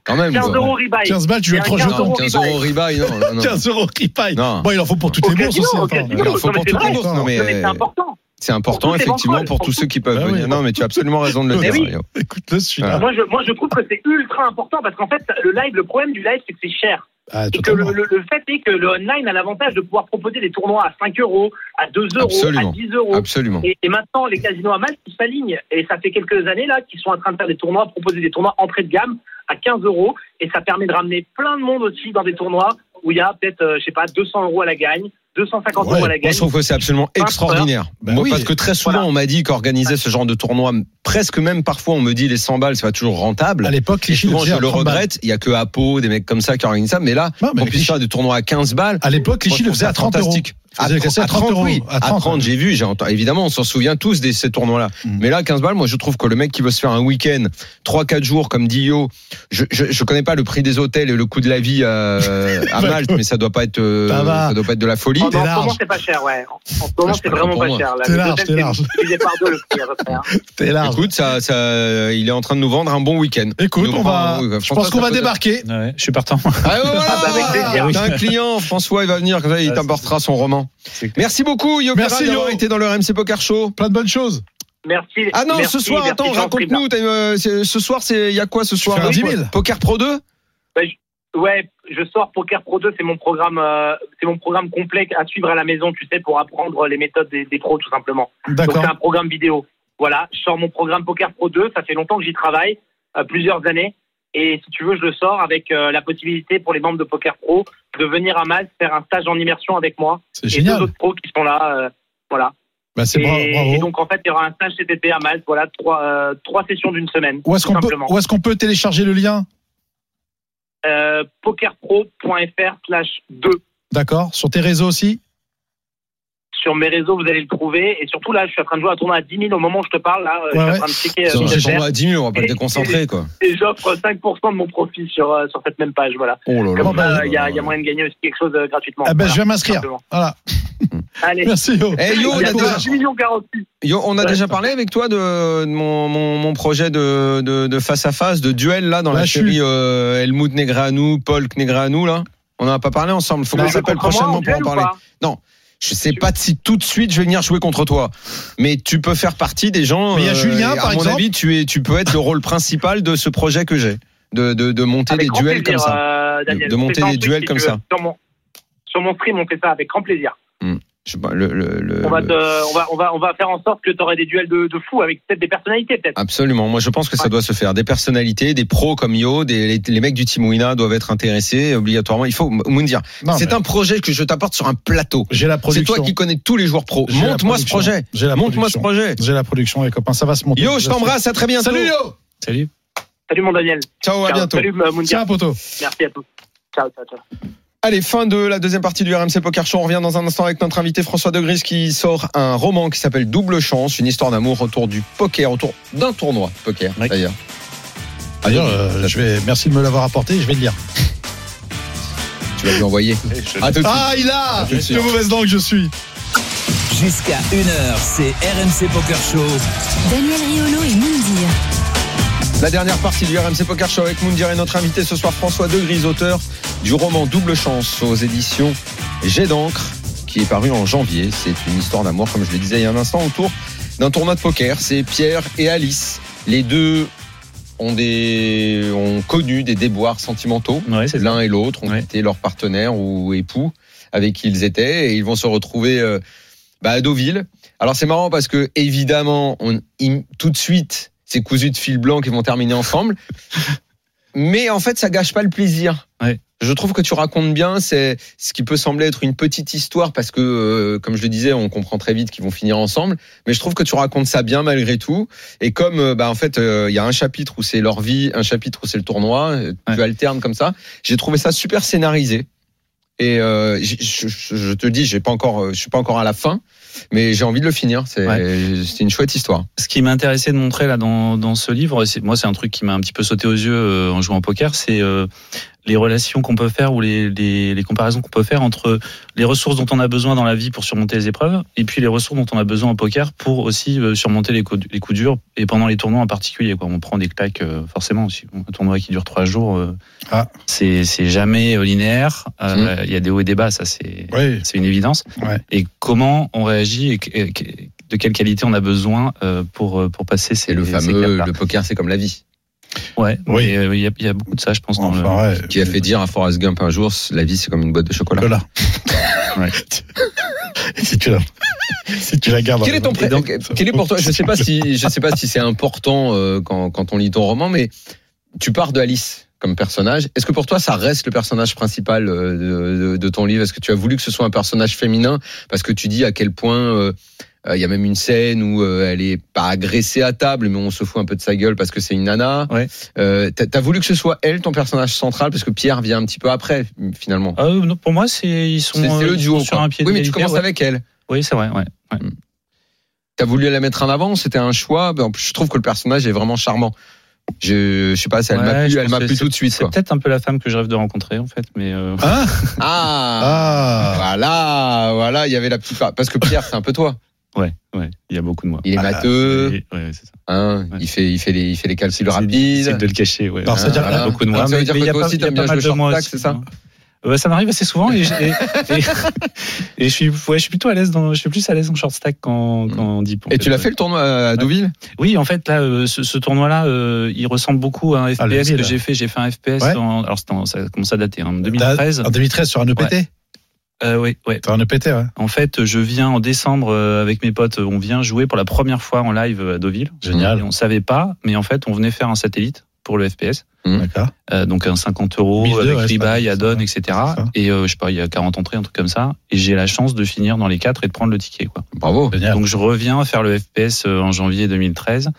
S1: quand même.
S6: 15
S1: quoi.
S6: euros rebuy.
S2: 15 balles, tu joues
S6: Il y a
S2: 3
S6: un
S2: jeux.
S6: quinze
S1: Non,
S6: euros
S1: 15
S6: rebuy.
S1: euros rebuy, non. non, non.
S2: 15 euros qui paille.
S1: Non.
S2: Bon, il en faut pour toutes
S6: Au
S2: les bourses
S6: casino,
S2: aussi.
S6: au
S2: attends.
S6: casino.
S1: Il en faut
S6: Non, mais
S1: pour
S6: c'est
S1: toutes les
S6: vrai.
S1: bourses, non,
S6: Non,
S1: mais
S6: mais c'est
S1: euh,
S6: important.
S1: c'est important,
S6: toutes les
S1: effectivement,
S6: bancoles,
S1: pour
S6: pour
S1: tous ceux qui peuvent
S2: Bah oui.
S1: venir. Non, mais tu as absolument raison de le
S2: Mais
S1: dire.
S2: oui.
S1: Mario.
S2: Écoute-le
S1: Ah.
S2: celui-là.
S6: Moi je, moi, je trouve que c'est ultra important parce qu'en fait, le live, le problème du live, c'est que c'est cher.
S2: Ah,
S6: Et que le,
S2: totalement.
S6: le- le fait est que le online a l'avantage de pouvoir proposer des tournois à 5 euros, à 2 euros,
S1: Absolument.
S6: à 10 euros.
S1: Absolument.
S6: Et, et maintenant, les casinos à Malte, ils s'alignent. Et ça fait quelques années là qu'ils sont en train de faire des tournois, proposer des tournois entrée de gamme à 15 euros. Et ça permet de ramener plein de monde aussi dans des tournois où il y a peut-être, euh, je sais pas, 200 euros à la gagne, 250
S2: Ouais,
S6: euros à la
S1: Moi,
S6: gagne.
S1: je trouve que c'est absolument extraordinaire.
S2: Bah
S1: Moi,
S2: oui.
S1: Parce que très souvent,
S6: Voilà.
S1: on m'a dit qu'organiser ce genre de tournoi, presque même parfois, on me dit les 100 balles, c'est pas toujours rentable.
S2: À l'époque,
S1: Et
S2: les
S1: souvent,
S2: Chinois,
S1: je le regrette. Il y a que Apo, des mecs comme ça qui organisent ça. Mais là,
S2: Non, mais
S1: on
S2: les
S1: puisse faire des tournois à 15 balles.
S2: À l'époque,
S1: Moi,
S2: Lichy
S1: je
S2: le
S1: trouve
S2: faisait
S1: ça
S2: à 30 euros.
S1: fantastique.
S2: Vous avez cassé à 30 euros.
S1: oui.
S2: À
S1: À
S2: 30,
S1: 30, j'ai vu, j'ai entendu. Évidemment, on s'en souvient tous de ces tournois-là.
S2: Mm.
S1: Mais là, 15 balles, moi, je trouve que le mec qui veut se faire un week-end, 3-4 jours, comme dit Yo, je, je, je connais pas le prix des hôtels et le coût de la vie euh, à Malte, mais ça doit pas être, euh,
S2: Bah, Ça va.
S1: ça doit pas être de la folie.
S6: En, en
S2: t'es
S6: ce
S2: large.
S6: moment, c'est pas cher, ouais. En en ce moment,
S1: Je
S6: c'est
S1: parle
S6: vraiment
S1: pour
S6: pas
S1: moi.
S6: cher. là.
S2: T'es
S6: Le
S2: large,
S6: deuxième,
S2: t'es
S6: c'est
S2: large.
S6: divisé par deux, le prix, à peu près, hein.
S2: T'es large.
S1: Écoute, ça, ça, il est en train de nous vendre un bon week-end.
S2: Écoute,
S1: Nous
S2: on
S1: prend-
S2: va,
S1: oui,
S2: je
S1: François,
S2: pense qu'on
S1: ça
S2: va
S1: peut-
S2: débarquer.
S3: Ouais, je suis partant.
S1: Ah, ouais, voilà,
S6: Ah, bah, avec plaisir.
S1: T'as un client, François, il va venir, comme ça, il
S2: Ah,
S3: Ouais,
S1: t'apportera son roman.
S3: C'est clair.
S1: Merci beaucoup, Yo
S2: Merci,
S1: Ferrat, d'avoir
S2: Yo.
S1: été dans le RMC Poker Show.
S2: Plein de bonnes choses.
S6: Merci.
S1: Ah non,
S6: merci,
S1: ce soir,
S6: merci,
S1: attends,
S6: Jean
S1: raconte-nous. t'as, euh, c'est- ce soir, c'est, il y a quoi ce soir
S2: fais un
S1: là,
S2: 10
S1: quoi
S2: 000.
S1: Poker Pro 2
S6: Ouais, je sors Poker Pro 2, c'est mon programme, euh, c'est mon programme complet à suivre à la maison, tu sais, pour apprendre les méthodes des, des pros tout simplement. Donc
S2: D'accord.
S6: c'est un programme vidéo. Voilà, je sors mon programme Poker Pro 2, ça fait longtemps que j'y travaille, euh, plusieurs années. Et si tu veux, je le sors avec euh, la possibilité pour les membres de Poker Pro de venir à Malte faire un stage en immersion avec moi
S2: C'est
S6: et deux
S2: génial.
S6: autres pros qui sont là. euh, voilà.
S2: Bah, c'est
S6: Et,
S2: bra-
S6: et
S2: bravo.
S6: donc en fait, il y aura un stage CTP à Malte. Voilà, trois, euh, trois sessions d'une semaine.
S2: Où est-ce
S6: tout
S2: qu'on peut,
S6: simplement.
S2: où est-ce qu'on peut télécharger le lien?
S6: Euh, pokerpro.fr/2.
S2: D'accord. Sur tes réseaux aussi?
S6: sur mes réseaux, vous allez le trouver. Et surtout, là, je suis en train de jouer à tournoi à 10 000 au moment où je te parle. Là, euh, je
S2: Ouais,
S6: suis
S2: ouais.
S6: en train de checker. euh,
S1: Ça,
S2: Sur
S1: on
S6: ce
S2: j'ai
S6: que
S1: est
S6: je
S1: tombé
S6: gère.
S1: à 10 000, on va pas
S6: Et-
S1: te déconcentrer, quoi.
S6: et j'offre 5% de mon profit sur, euh, sur cette même page. Voilà.
S1: Oh là là.
S6: Comme
S2: bah,
S6: ça, il y, a- il y a moyen de gagner aussi quelque chose euh, gratuitement.
S2: Ah ben,
S6: Voilà,
S2: je vais m'inscrire.
S6: simplement.
S2: Voilà.
S6: Allez,
S2: Merci, Yo.
S1: Eh, Yo, on a
S2: Bon
S1: déjà-
S2: courage.
S6: 10 millions garantis.
S1: Yo, on a
S6: Ouais.
S1: déjà parlé avec toi de, de mon, mon, mon projet de, de, de face à face, de duel là dans la,
S2: La chute.
S1: série euh, Helmut Negreanu, Paul Negreanu là. On n'en a pas parlé ensemble. Faut que
S6: Non,
S1: je t'appelle
S6: contre moi,
S1: prochainement
S6: on
S1: pour en
S6: duel ou
S1: parler.
S6: pas
S1: Je sais pas si tout de suite je vais venir jouer contre toi, mais tu peux faire partie des gens. euh,
S2: Mais il y a Julien,
S1: et
S2: par
S1: à mon
S2: exemple.
S1: avis, tu es, tu peux être le rôle principal de ce projet que j'ai, de, de, de monter
S6: Avec
S1: des
S6: Ah, grand
S1: duels
S6: plaisir,
S1: comme ça.
S6: euh, Daniel.
S1: De- de
S6: On fait
S1: monter
S6: ça
S1: des
S6: ensuite,
S1: duels
S6: si
S1: comme
S6: tu
S1: ça.
S6: veux. Sur mon, sur mon stream, on fait ça avec grand plaisir.
S1: Je sais pas, le- le- le-
S6: On, va
S1: le-
S6: te- on, va, on, va, on va faire en sorte que tu aurais des duels de, de fous avec peut-être des personnalités, peut-être.
S1: Absolument. Moi, je pense que ça
S6: Ouais.
S1: doit se faire. Des personnalités, des pros comme Yo, des, les, les mecs du Team Wina doivent être intéressés obligatoirement. Il faut Moundir.
S2: Non,
S1: C'est
S2: mais
S1: un projet que je t'apporte sur un plateau.
S2: J'ai la
S1: C'est
S2: production.
S1: toi qui connais tous les joueurs pros.
S2: J'ai la
S1: Monte-moi ce
S2: production.
S1: projet.
S2: J'ai la
S1: Monte-moi ce
S2: production.
S1: projet.
S2: J'ai la production, les copains. Ça va se monter.
S1: Yo, je t'embrasse. À très bientôt.
S2: Salut, Yo.
S3: Salut.
S6: Salut, mon Daniel.
S1: Ciao, Ah. à
S6: Ciao.
S1: bientôt.
S6: Salut, euh, Moundir.
S2: Tiens, poteau.
S6: Merci à tous. Ciao, ciao, ciao.
S1: Allez, fin de la deuxième partie du RMC Poker Show. On revient dans un instant avec notre invité François De Gris qui sort un roman qui s'appelle Double Chance, une histoire d'amour autour du poker, autour d'un tournoi poker
S3: Oui.
S1: d'ailleurs.
S2: D'ailleurs, euh, je vais, merci de me l'avoir apporté, je vais le lire.
S1: Tu vas lui envoyer. À tout de suite.
S2: Ah, il a!
S1: tout de suite.
S2: Que mauvaise langue je suis!
S4: Jusqu'à 1h, c'est RMC Poker Show.
S5: Daniel Riolo et Moundir.
S1: La dernière partie du RMC Poker Show avec Moundir et notre invité ce soir François De Gris, auteur du roman Double Chance aux éditions J'ai d'encre, qui est paru en janvier. C'est une histoire d'amour, comme je le disais il y a un instant, autour d'un tournoi de poker. C'est Pierre et Alice. Les deux ont, des, ont connu des déboires sentimentaux.
S3: Ouais, c'est ça.
S1: l'un et l'autre ont
S3: Ouais.
S1: quitté leur partenaire ou époux avec qui ils étaient et ils vont se retrouver euh, bah, à Deauville. Alors c'est marrant parce que évidemment, on, im- tout de suite, c'est cousu de fil blanc qui vont terminer ensemble. Mais en fait, ça gâche pas le plaisir.
S3: Ouais.
S1: Je trouve que tu racontes bien, c'est ce qui peut sembler être une petite histoire parce que, euh, comme je le disais, on comprend très vite qu'ils vont finir ensemble. Mais je trouve que tu racontes ça bien malgré tout. Et comme, euh, bah, en fait, euh, il y a un chapitre où c'est leur vie, un chapitre où c'est le tournoi, euh, tu
S3: Ouais.
S1: alternes comme ça. J'ai trouvé ça super scénarisé. Et euh, j- je, je- je te dis, j'ai pas encore, euh, je suis pas encore à la fin, mais j'ai envie de le finir. C'est c'est une chouette histoire.
S3: ce qui m'intéressait de montrer là dans, dans ce livre, c'est- moi c'est un truc qui m'a un petit peu sauté aux yeux euh, en jouant au poker, c'est euh, les relations qu'on peut faire ou les, les, les comparaisons qu'on peut faire entre les ressources dont on a besoin dans la vie pour surmonter les épreuves et puis les ressources dont on a besoin en poker pour aussi euh, surmonter les coups, les coups durs et pendant les tournois en particulier. Quoi. On prend des claques euh, forcément. Si on- Un tournoi qui dure trois jours, euh,
S2: Ah.
S3: c'est c'est jamais euh, linéaire. Euh, Il y a des hauts et des bas, ça c'est
S2: Oui,
S3: c'est une évidence.
S2: Ouais.
S3: Et comment on réagit et que- et que- de quelle qualité on a besoin euh, pour, euh, pour passer ces
S1: C'est le
S3: ces
S1: fameux,
S3: caps-là.
S1: le poker, c'est comme la vie.
S3: Ouais,
S2: Oui.
S3: mais, euh, il y, a- il y a beaucoup de ça, je pense. dans le...
S2: enfin, ouais.
S1: Qui a fait dire à Forrest Gump un jour, la vie, c'est comme une boîte de chocolat.
S2: Euh, Nicolas.
S3: Ouais.
S2: si tu la, si tu la gardes.
S1: Quel est ton pré- donc, quel est pour toi Je sais pas si je sais pas si c'est important euh, quand, quand on lit ton roman, mais tu pars de Alice comme personnage. Est-ce que pour toi ça reste le personnage principal euh, de, de- de ton livre Est-ce que tu as voulu que ce soit un personnage féminin parce que tu dis à quel point euh, euh, il y a même une scène où euh, elle est pas agressée à table, mais on se fout un peu de sa gueule parce que c'est une nana.
S3: Ouais.
S1: Euh, t'as, t'as voulu que ce soit elle ton personnage central parce que Pierre vient un petit peu après finalement.
S3: Ah, euh, non, pour moi, c'est ils sont,
S1: c'est, c'est
S3: euh,
S1: le
S3: ils
S1: duo.
S3: sont sur
S1: quoi.
S3: un pied
S1: oui, mais tu
S3: d'égalité,
S1: commences
S3: ouais.
S1: avec elle.
S3: Oui, c'est vrai. Ouais. ouais.
S1: T'as voulu la mettre en avant, c'était un choix. Ben, en plus, Je trouve que le personnage est vraiment charmant. Je, je sais pas, ça, elle m'a
S3: Ouais,
S1: plu,
S3: je
S1: elle
S3: pense
S1: m'a
S3: que
S1: plu tout de suite.
S3: C'est
S1: Quoi.
S3: peut-être un peu la femme que je rêve de rencontrer, en fait. Mais euh,
S2: Hein
S1: Ah,
S2: ah.
S1: voilà, voilà, il y avait la petite. Parce que Pierre, c'est un peu toi.
S3: ouais, ouais, il y a beaucoup de moi.
S1: Il
S2: Bah,
S1: est matheux,
S3: Et- ouais, c'est ça.
S1: hein,
S3: Ouais.
S1: il fait, il fait les, il fait les calculs
S3: C'est-
S1: rapides.
S3: C'est de le cacher. Ouais.
S2: Alors, ça veut dire-
S3: Il y a beaucoup de
S1: Donc,
S3: moi.
S1: ça veut
S3: mais-
S1: dire
S3: mais
S1: que
S3: il y a
S1: toi
S3: pas-
S1: aussi,
S3: il y a
S1: t'aimes
S3: pas
S1: bien
S3: mal
S1: jouer
S3: de moi
S1: short stack,
S3: aussi,
S1: c'est ça
S3: hein. Euh, Ça m'arrive assez souvent et, je- et, et- et je suis, ouais, je suis plutôt à l'aise dans, je suis plus à l'aise en short stack qu'en qu'en deep. en
S1: Mm. Et tu l'as fait le tournoi à Deauville
S3: Oui, en fait, là, euh, ce, ce tournoi-là, euh, il ressemble beaucoup à un
S1: Ah,
S3: FPS
S2: le
S3: que
S2: Villa.
S3: j'ai fait. J'ai fait un FPS.
S2: Ouais.
S3: en- alors, c'était en- ça commence à dater, hein, en
S2: T'as-
S3: 2013.
S2: En 2013 sur un EPT
S3: Euh, oui, ouais.
S2: Sur un EPT, ouais.
S3: En fait, je viens en décembre euh, avec mes potes. On vient jouer pour la première fois en live à Deauville.
S2: Génial.
S3: Et on savait pas, mais en fait, on venait faire un satellite pour le FPS.
S2: D'accord.
S3: Euh, donc un 50 euros
S2: 1002, ouais,
S3: avec
S2: c'est pas
S3: rebuy,
S2: mal,
S3: add-on,
S2: ça.
S3: etc.
S2: ça.
S3: Et euh, je sais pas, il y a 40 entrées, un truc comme ça. Et j'ai la chance de finir dans les quatre et de prendre le ticket. Quoi.
S1: Bravo.
S2: Génial.
S3: Donc je reviens faire le FPS euh, en janvier 2013.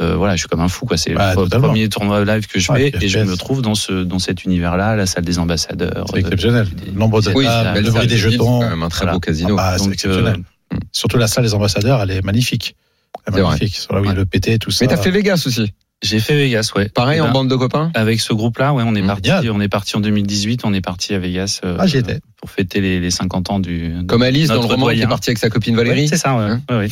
S3: Euh, voilà, je suis comme un fou, quoi. C'est
S2: Bah,
S3: le
S2: totalement.
S3: premier tournoi live que je
S2: Ouais,
S3: fais et je
S2: FPS.
S3: me trouve dans ce dans cet univers-là, la salle des ambassadeurs. euh,
S2: C'est exceptionnel. Le
S3: des-
S2: nombre de
S3: des-
S1: Oui,
S2: tables,
S1: c'est une belle
S2: le
S1: salle
S2: bruit des
S1: de Deauville,
S2: jetons.
S1: C'est quand même un très
S3: Voilà.
S1: beau casino.
S2: Ah, c'est
S3: Donc, euh,
S2: exceptionnel. Surtout la salle des ambassadeurs, elle est magnifique. Elle
S1: C'est
S2: est
S1: vrai.
S2: magnifique. Sur là où il y a le PT, tout ça.
S1: Mais t'as fait Vegas aussi.
S3: J'ai fait Vegas, ouais.
S1: Pareil
S3: Eh
S1: en
S3: ben,
S1: bande de copains.
S3: Avec ce groupe-là, ouais, on est
S1: Mmh.
S3: parti.
S2: Ah, Génial.
S3: On est parti en 2018. On est parti à Vegas euh,
S2: Ah, j'y étais.
S3: pour fêter les, les 50 ans du.
S1: Comme Alice dans le
S3: Notre
S1: roman, qui est
S3: doyen.
S1: partie avec sa copine
S3: Ouais,
S1: Valérie.
S3: c'est ça, ouais.
S1: Hein
S3: ouais, ouais.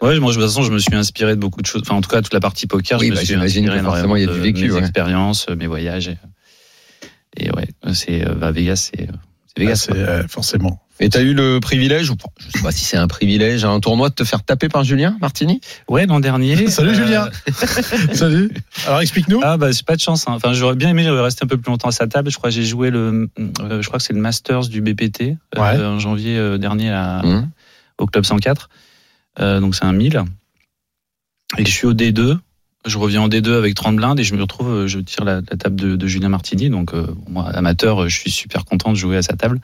S3: Ouais, moi, je- de toute façon, je me suis inspiré de beaucoup de choses. Enfin, en tout cas, toute la partie poker,
S1: Oui,
S3: je me
S1: bah,
S3: suis
S1: j'imagine
S3: inspiré
S1: que forcément, il y a
S3: énormément
S1: du vécu,
S3: de mes
S1: ouais.
S3: expériences, euh, mes voyages. Et, euh, et ouais, c'est euh, bah, Vegas, c'est euh, c'est
S2: Ah,
S3: Vegas.
S2: c'est, euh, forcément.
S1: Et t'as eu le privilège, ou pas, je sais pas si c'est un privilège, à un tournoi de te faire taper par Julien Martini
S3: Ouais, l'an dernier.
S2: Salut
S3: euh,
S2: Julien. Salut. Alors explique-nous.
S3: Ah bah c'est pas de chance. hein. Enfin, j'aurais bien aimé rester un peu plus longtemps à sa table. Je crois que j'ai joué le, euh, je crois que c'est le Masters du BPT euh,
S2: Ouais.
S3: en janvier euh, dernier à,
S1: Hum.
S3: au club 104. Euh, donc c'est un 1000. Et je suis au D2. Je reviens en D2 avec 30 blindes et je me retrouve, euh, je tire la, la table de, de Julien Martini. Donc euh, moi, amateur, euh, je suis super content de jouer à sa table.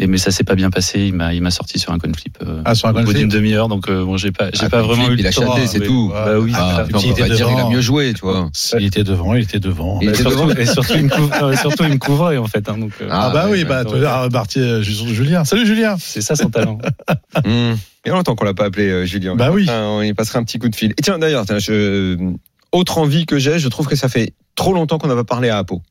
S3: Et mais ça s'est pas bien passé. Il m'a, il m'a sorti sur un coin flip. euh,
S2: Ah, sur un
S3: au
S2: coin
S3: bout
S2: flip.
S3: d'une demi-heure. Donc euh, bon, j'ai pas, j'ai
S1: Ah,
S3: pas
S1: coin
S3: vraiment
S1: flip,
S3: eu le
S1: il a
S3: temps.
S1: chaté, c'est
S3: Oui.
S1: tout.
S3: Bah oui.
S1: Ah,
S3: voilà.
S1: putain,
S2: il
S1: on
S2: était
S1: va pas dire il a
S2: devant.
S1: mieux joué, tu vois.
S2: Il était devant, il était devant.
S1: Il
S3: Et
S1: était
S3: surtout,
S1: devant.
S3: et surtout, il me couvre- euh, surtout, il me couvrait en fait. hein, donc, euh,
S1: Ah,
S2: Ah, bah
S1: ouais,
S2: oui,
S1: ouais,
S2: bah
S3: ouais.
S2: toi, ah, Marty, euh, Julien. Salut Julien.
S3: c'est ça son talent.
S1: Mmh. Il y a longtemps qu'on l'a pas appelé, euh, Julien.
S2: Bah oui.
S1: Ah, on y passera un petit coup de fil. Et tiens, d'ailleurs, tiens, je- autre envie que j'ai, je trouve que ça fait trop longtemps qu'on n'a pas parlé à Apo.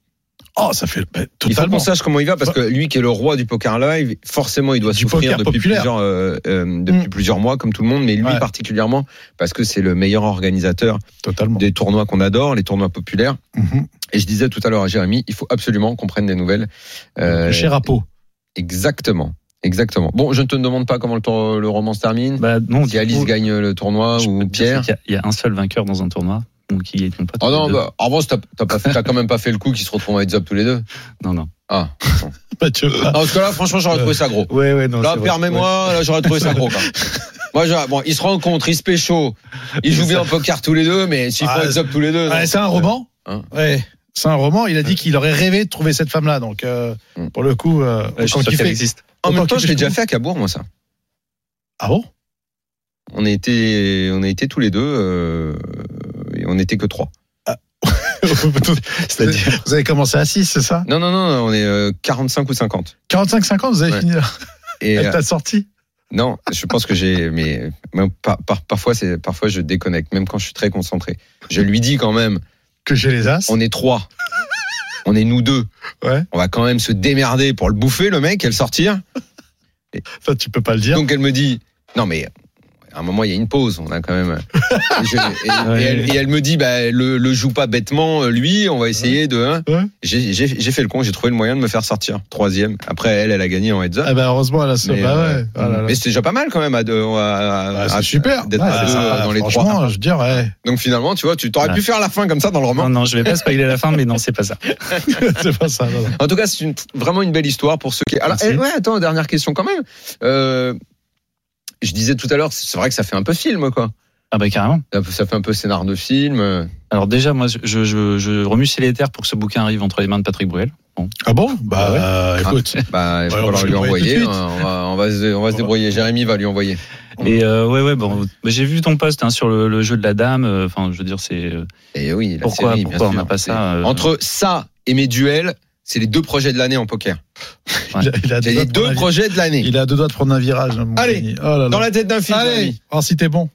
S2: Oh, ça fait bah,
S1: Il faut qu'on
S2: totalement.
S1: sache comment il va, parce que lui qui est le roi du poker live, forcément, il doit
S2: Du
S1: souffrir
S2: poker
S1: depuis,
S2: populaire.
S1: plusieurs, euh, euh, depuis
S2: Mmh.
S1: plusieurs mois, comme tout le monde, mais lui
S2: Ouais.
S1: particulièrement, parce que c'est le meilleur organisateur
S2: Totalement.
S1: des tournois qu'on adore, les tournois populaires.
S2: Mhm.
S1: Et je disais tout à l'heure à Jérémy, il faut absolument qu'on prenne des nouvelles. Euh,
S2: Le Cher Apo.
S1: Exactement. Exactement. Bon, je ne te demande pas comment le, tour- le roman se termine.
S3: Bah, non,
S1: si
S3: du
S1: Alice
S3: coup,
S1: gagne le tournoi
S3: je peux te
S1: ou
S3: dire
S1: Pierre.
S3: qu'il y a- Il y, a un seul vainqueur dans un tournoi. Donc il est mon pote.
S1: Oh non,
S3: Les deux.
S1: bah, en revanche, t'as- t'as pas fait- t'as quand même pas fait le coup qu'ils se retrouvent à heads up tous les deux.
S3: non, non.
S1: Ah.
S2: Bah, tu veux
S1: Ah,
S2: pas.
S1: Parce que là, franchement, j'aurais trouvé ça gros.
S2: Ah.
S3: Ouais, ouais, non.
S1: Là, permets-moi, là, j'aurais trouvé ça gros. quand même. Moi, j'aurais- bon, ils se rencontrent, ils se pécho, ils jouent bien au poker tous les deux, mais s'ils font
S2: Ah,
S1: heads up tous les deux. non.
S2: Ouais, c'est un roman.
S1: Hein.
S2: Ouais. C'est un roman. Il a dit qu'il aurait rêvé de trouver cette femme-là. Donc, euh,
S1: Hmm.
S2: pour le coup, euh, autant
S3: je suis sûr
S2: kiffer.
S3: qu'elle existe.
S1: En même
S2: autant
S1: temps, je
S2: qu'il
S1: l'ai
S2: fait
S1: déjà
S2: chaud.
S1: fait à Cabourg, moi, ça.
S2: Ah bon
S1: On a été, on a été tous les deux, euh, et on n'était que trois.
S2: C'est-à-dire, vous avez commencé à 6, c'est ça
S1: Non, non, non, on est euh, 45 ou 50.
S2: 45-50, vous avez
S1: Ouais.
S2: fini. là.
S3: Eh,
S1: Et, euh,
S2: Elle t'a sorti.
S1: Non, je pense que j'ai. Mais même par, par- parfois, c'est parfois je déconnecte, même quand je suis très concentré. Je lui dis quand même,
S2: Que j'ai les as.
S1: on est trois. on est nous deux.
S2: Ouais.
S1: On va quand même se démerder pour le bouffer, le mec, et le sortir.
S2: Ça, tu peux pas le dire.
S1: Donc elle me dit, non mais à un moment il y a une pause, on a quand même. Et, je- et- et elle, et elle me dit, bah le, le joue pas bêtement, euh, lui, on va essayer de. hein.
S2: Ouais.
S1: J'ai- J'ai j'ai fait le con, j'ai trouvé le moyen de me faire sortir. Troisième. Après elle, elle a gagné en heads up.
S2: Eh ben, heureusement, elle a ce.
S1: Mais,
S2: bah
S1: euh,
S2: ouais. Oh là là.
S1: mais c'était déjà pas mal quand même à deux. à-
S2: Bah,
S1: à-
S2: c'est super.
S1: d'être
S2: Ouais,
S1: à deux,
S2: ça,
S1: euh, dans les
S2: franchement,
S1: trois.
S2: je veux dire, ouais.
S1: Donc finalement, tu vois, tu t'aurais pu faire la fin comme ça dans le roman.
S3: Non, non, je vais pas spoiler la fin, mais non, c'est pas ça.
S2: c'est pas ça. non, non.
S1: En tout cas, c'est une- vraiment une belle histoire pour ceux qui. Alors,
S3: Merci.
S1: eh, ouais, attends, dernière question quand même. Euh, je disais tout à l'heure, c'est vrai que ça fait un peu film, quoi.
S3: Ah bah carrément.
S1: Ça ça fait un peu scénar de film. euh.
S3: Alors déjà, moi, je, je, je remue les terres pour que ce bouquin arrive entre les mains de Patrick Bruel.
S2: Ah bon Bah,
S1: Ah ouais.
S2: euh, écoute.
S1: Bah, il va
S2: Ouais, on
S1: falloir
S2: va
S1: lui
S2: le envoyer
S1: envoyer.
S2: tout de
S1: hein,
S2: suite.
S1: On va, on va se, on va se débrouiller. Jérémy va lui envoyer.
S3: Et euh, ouais, ouais, bon, bah, j'ai vu ton post hein, sur le, le jeu de la dame. euh, Enfin, je veux dire, c'est euh,
S1: Et Eh oui, la
S3: pourquoi,
S1: série, bien
S3: pourquoi on
S1: sûr.
S3: n'a pas ça
S1: C'est-
S3: euh,
S1: Entre ça et mes duels, c'est les deux projets de l'année en poker.
S2: Ah, Il a, il a
S1: C'est les
S2: doigts de prendre
S1: deux
S2: un-
S1: projets de l'année.
S2: Il a deux doigts de prendre un virage. mon
S1: Allez,
S2: Denis. Oh là là.
S1: Dans la tête d'un film. Jérémy.
S2: Allez, oh, si t'es bon.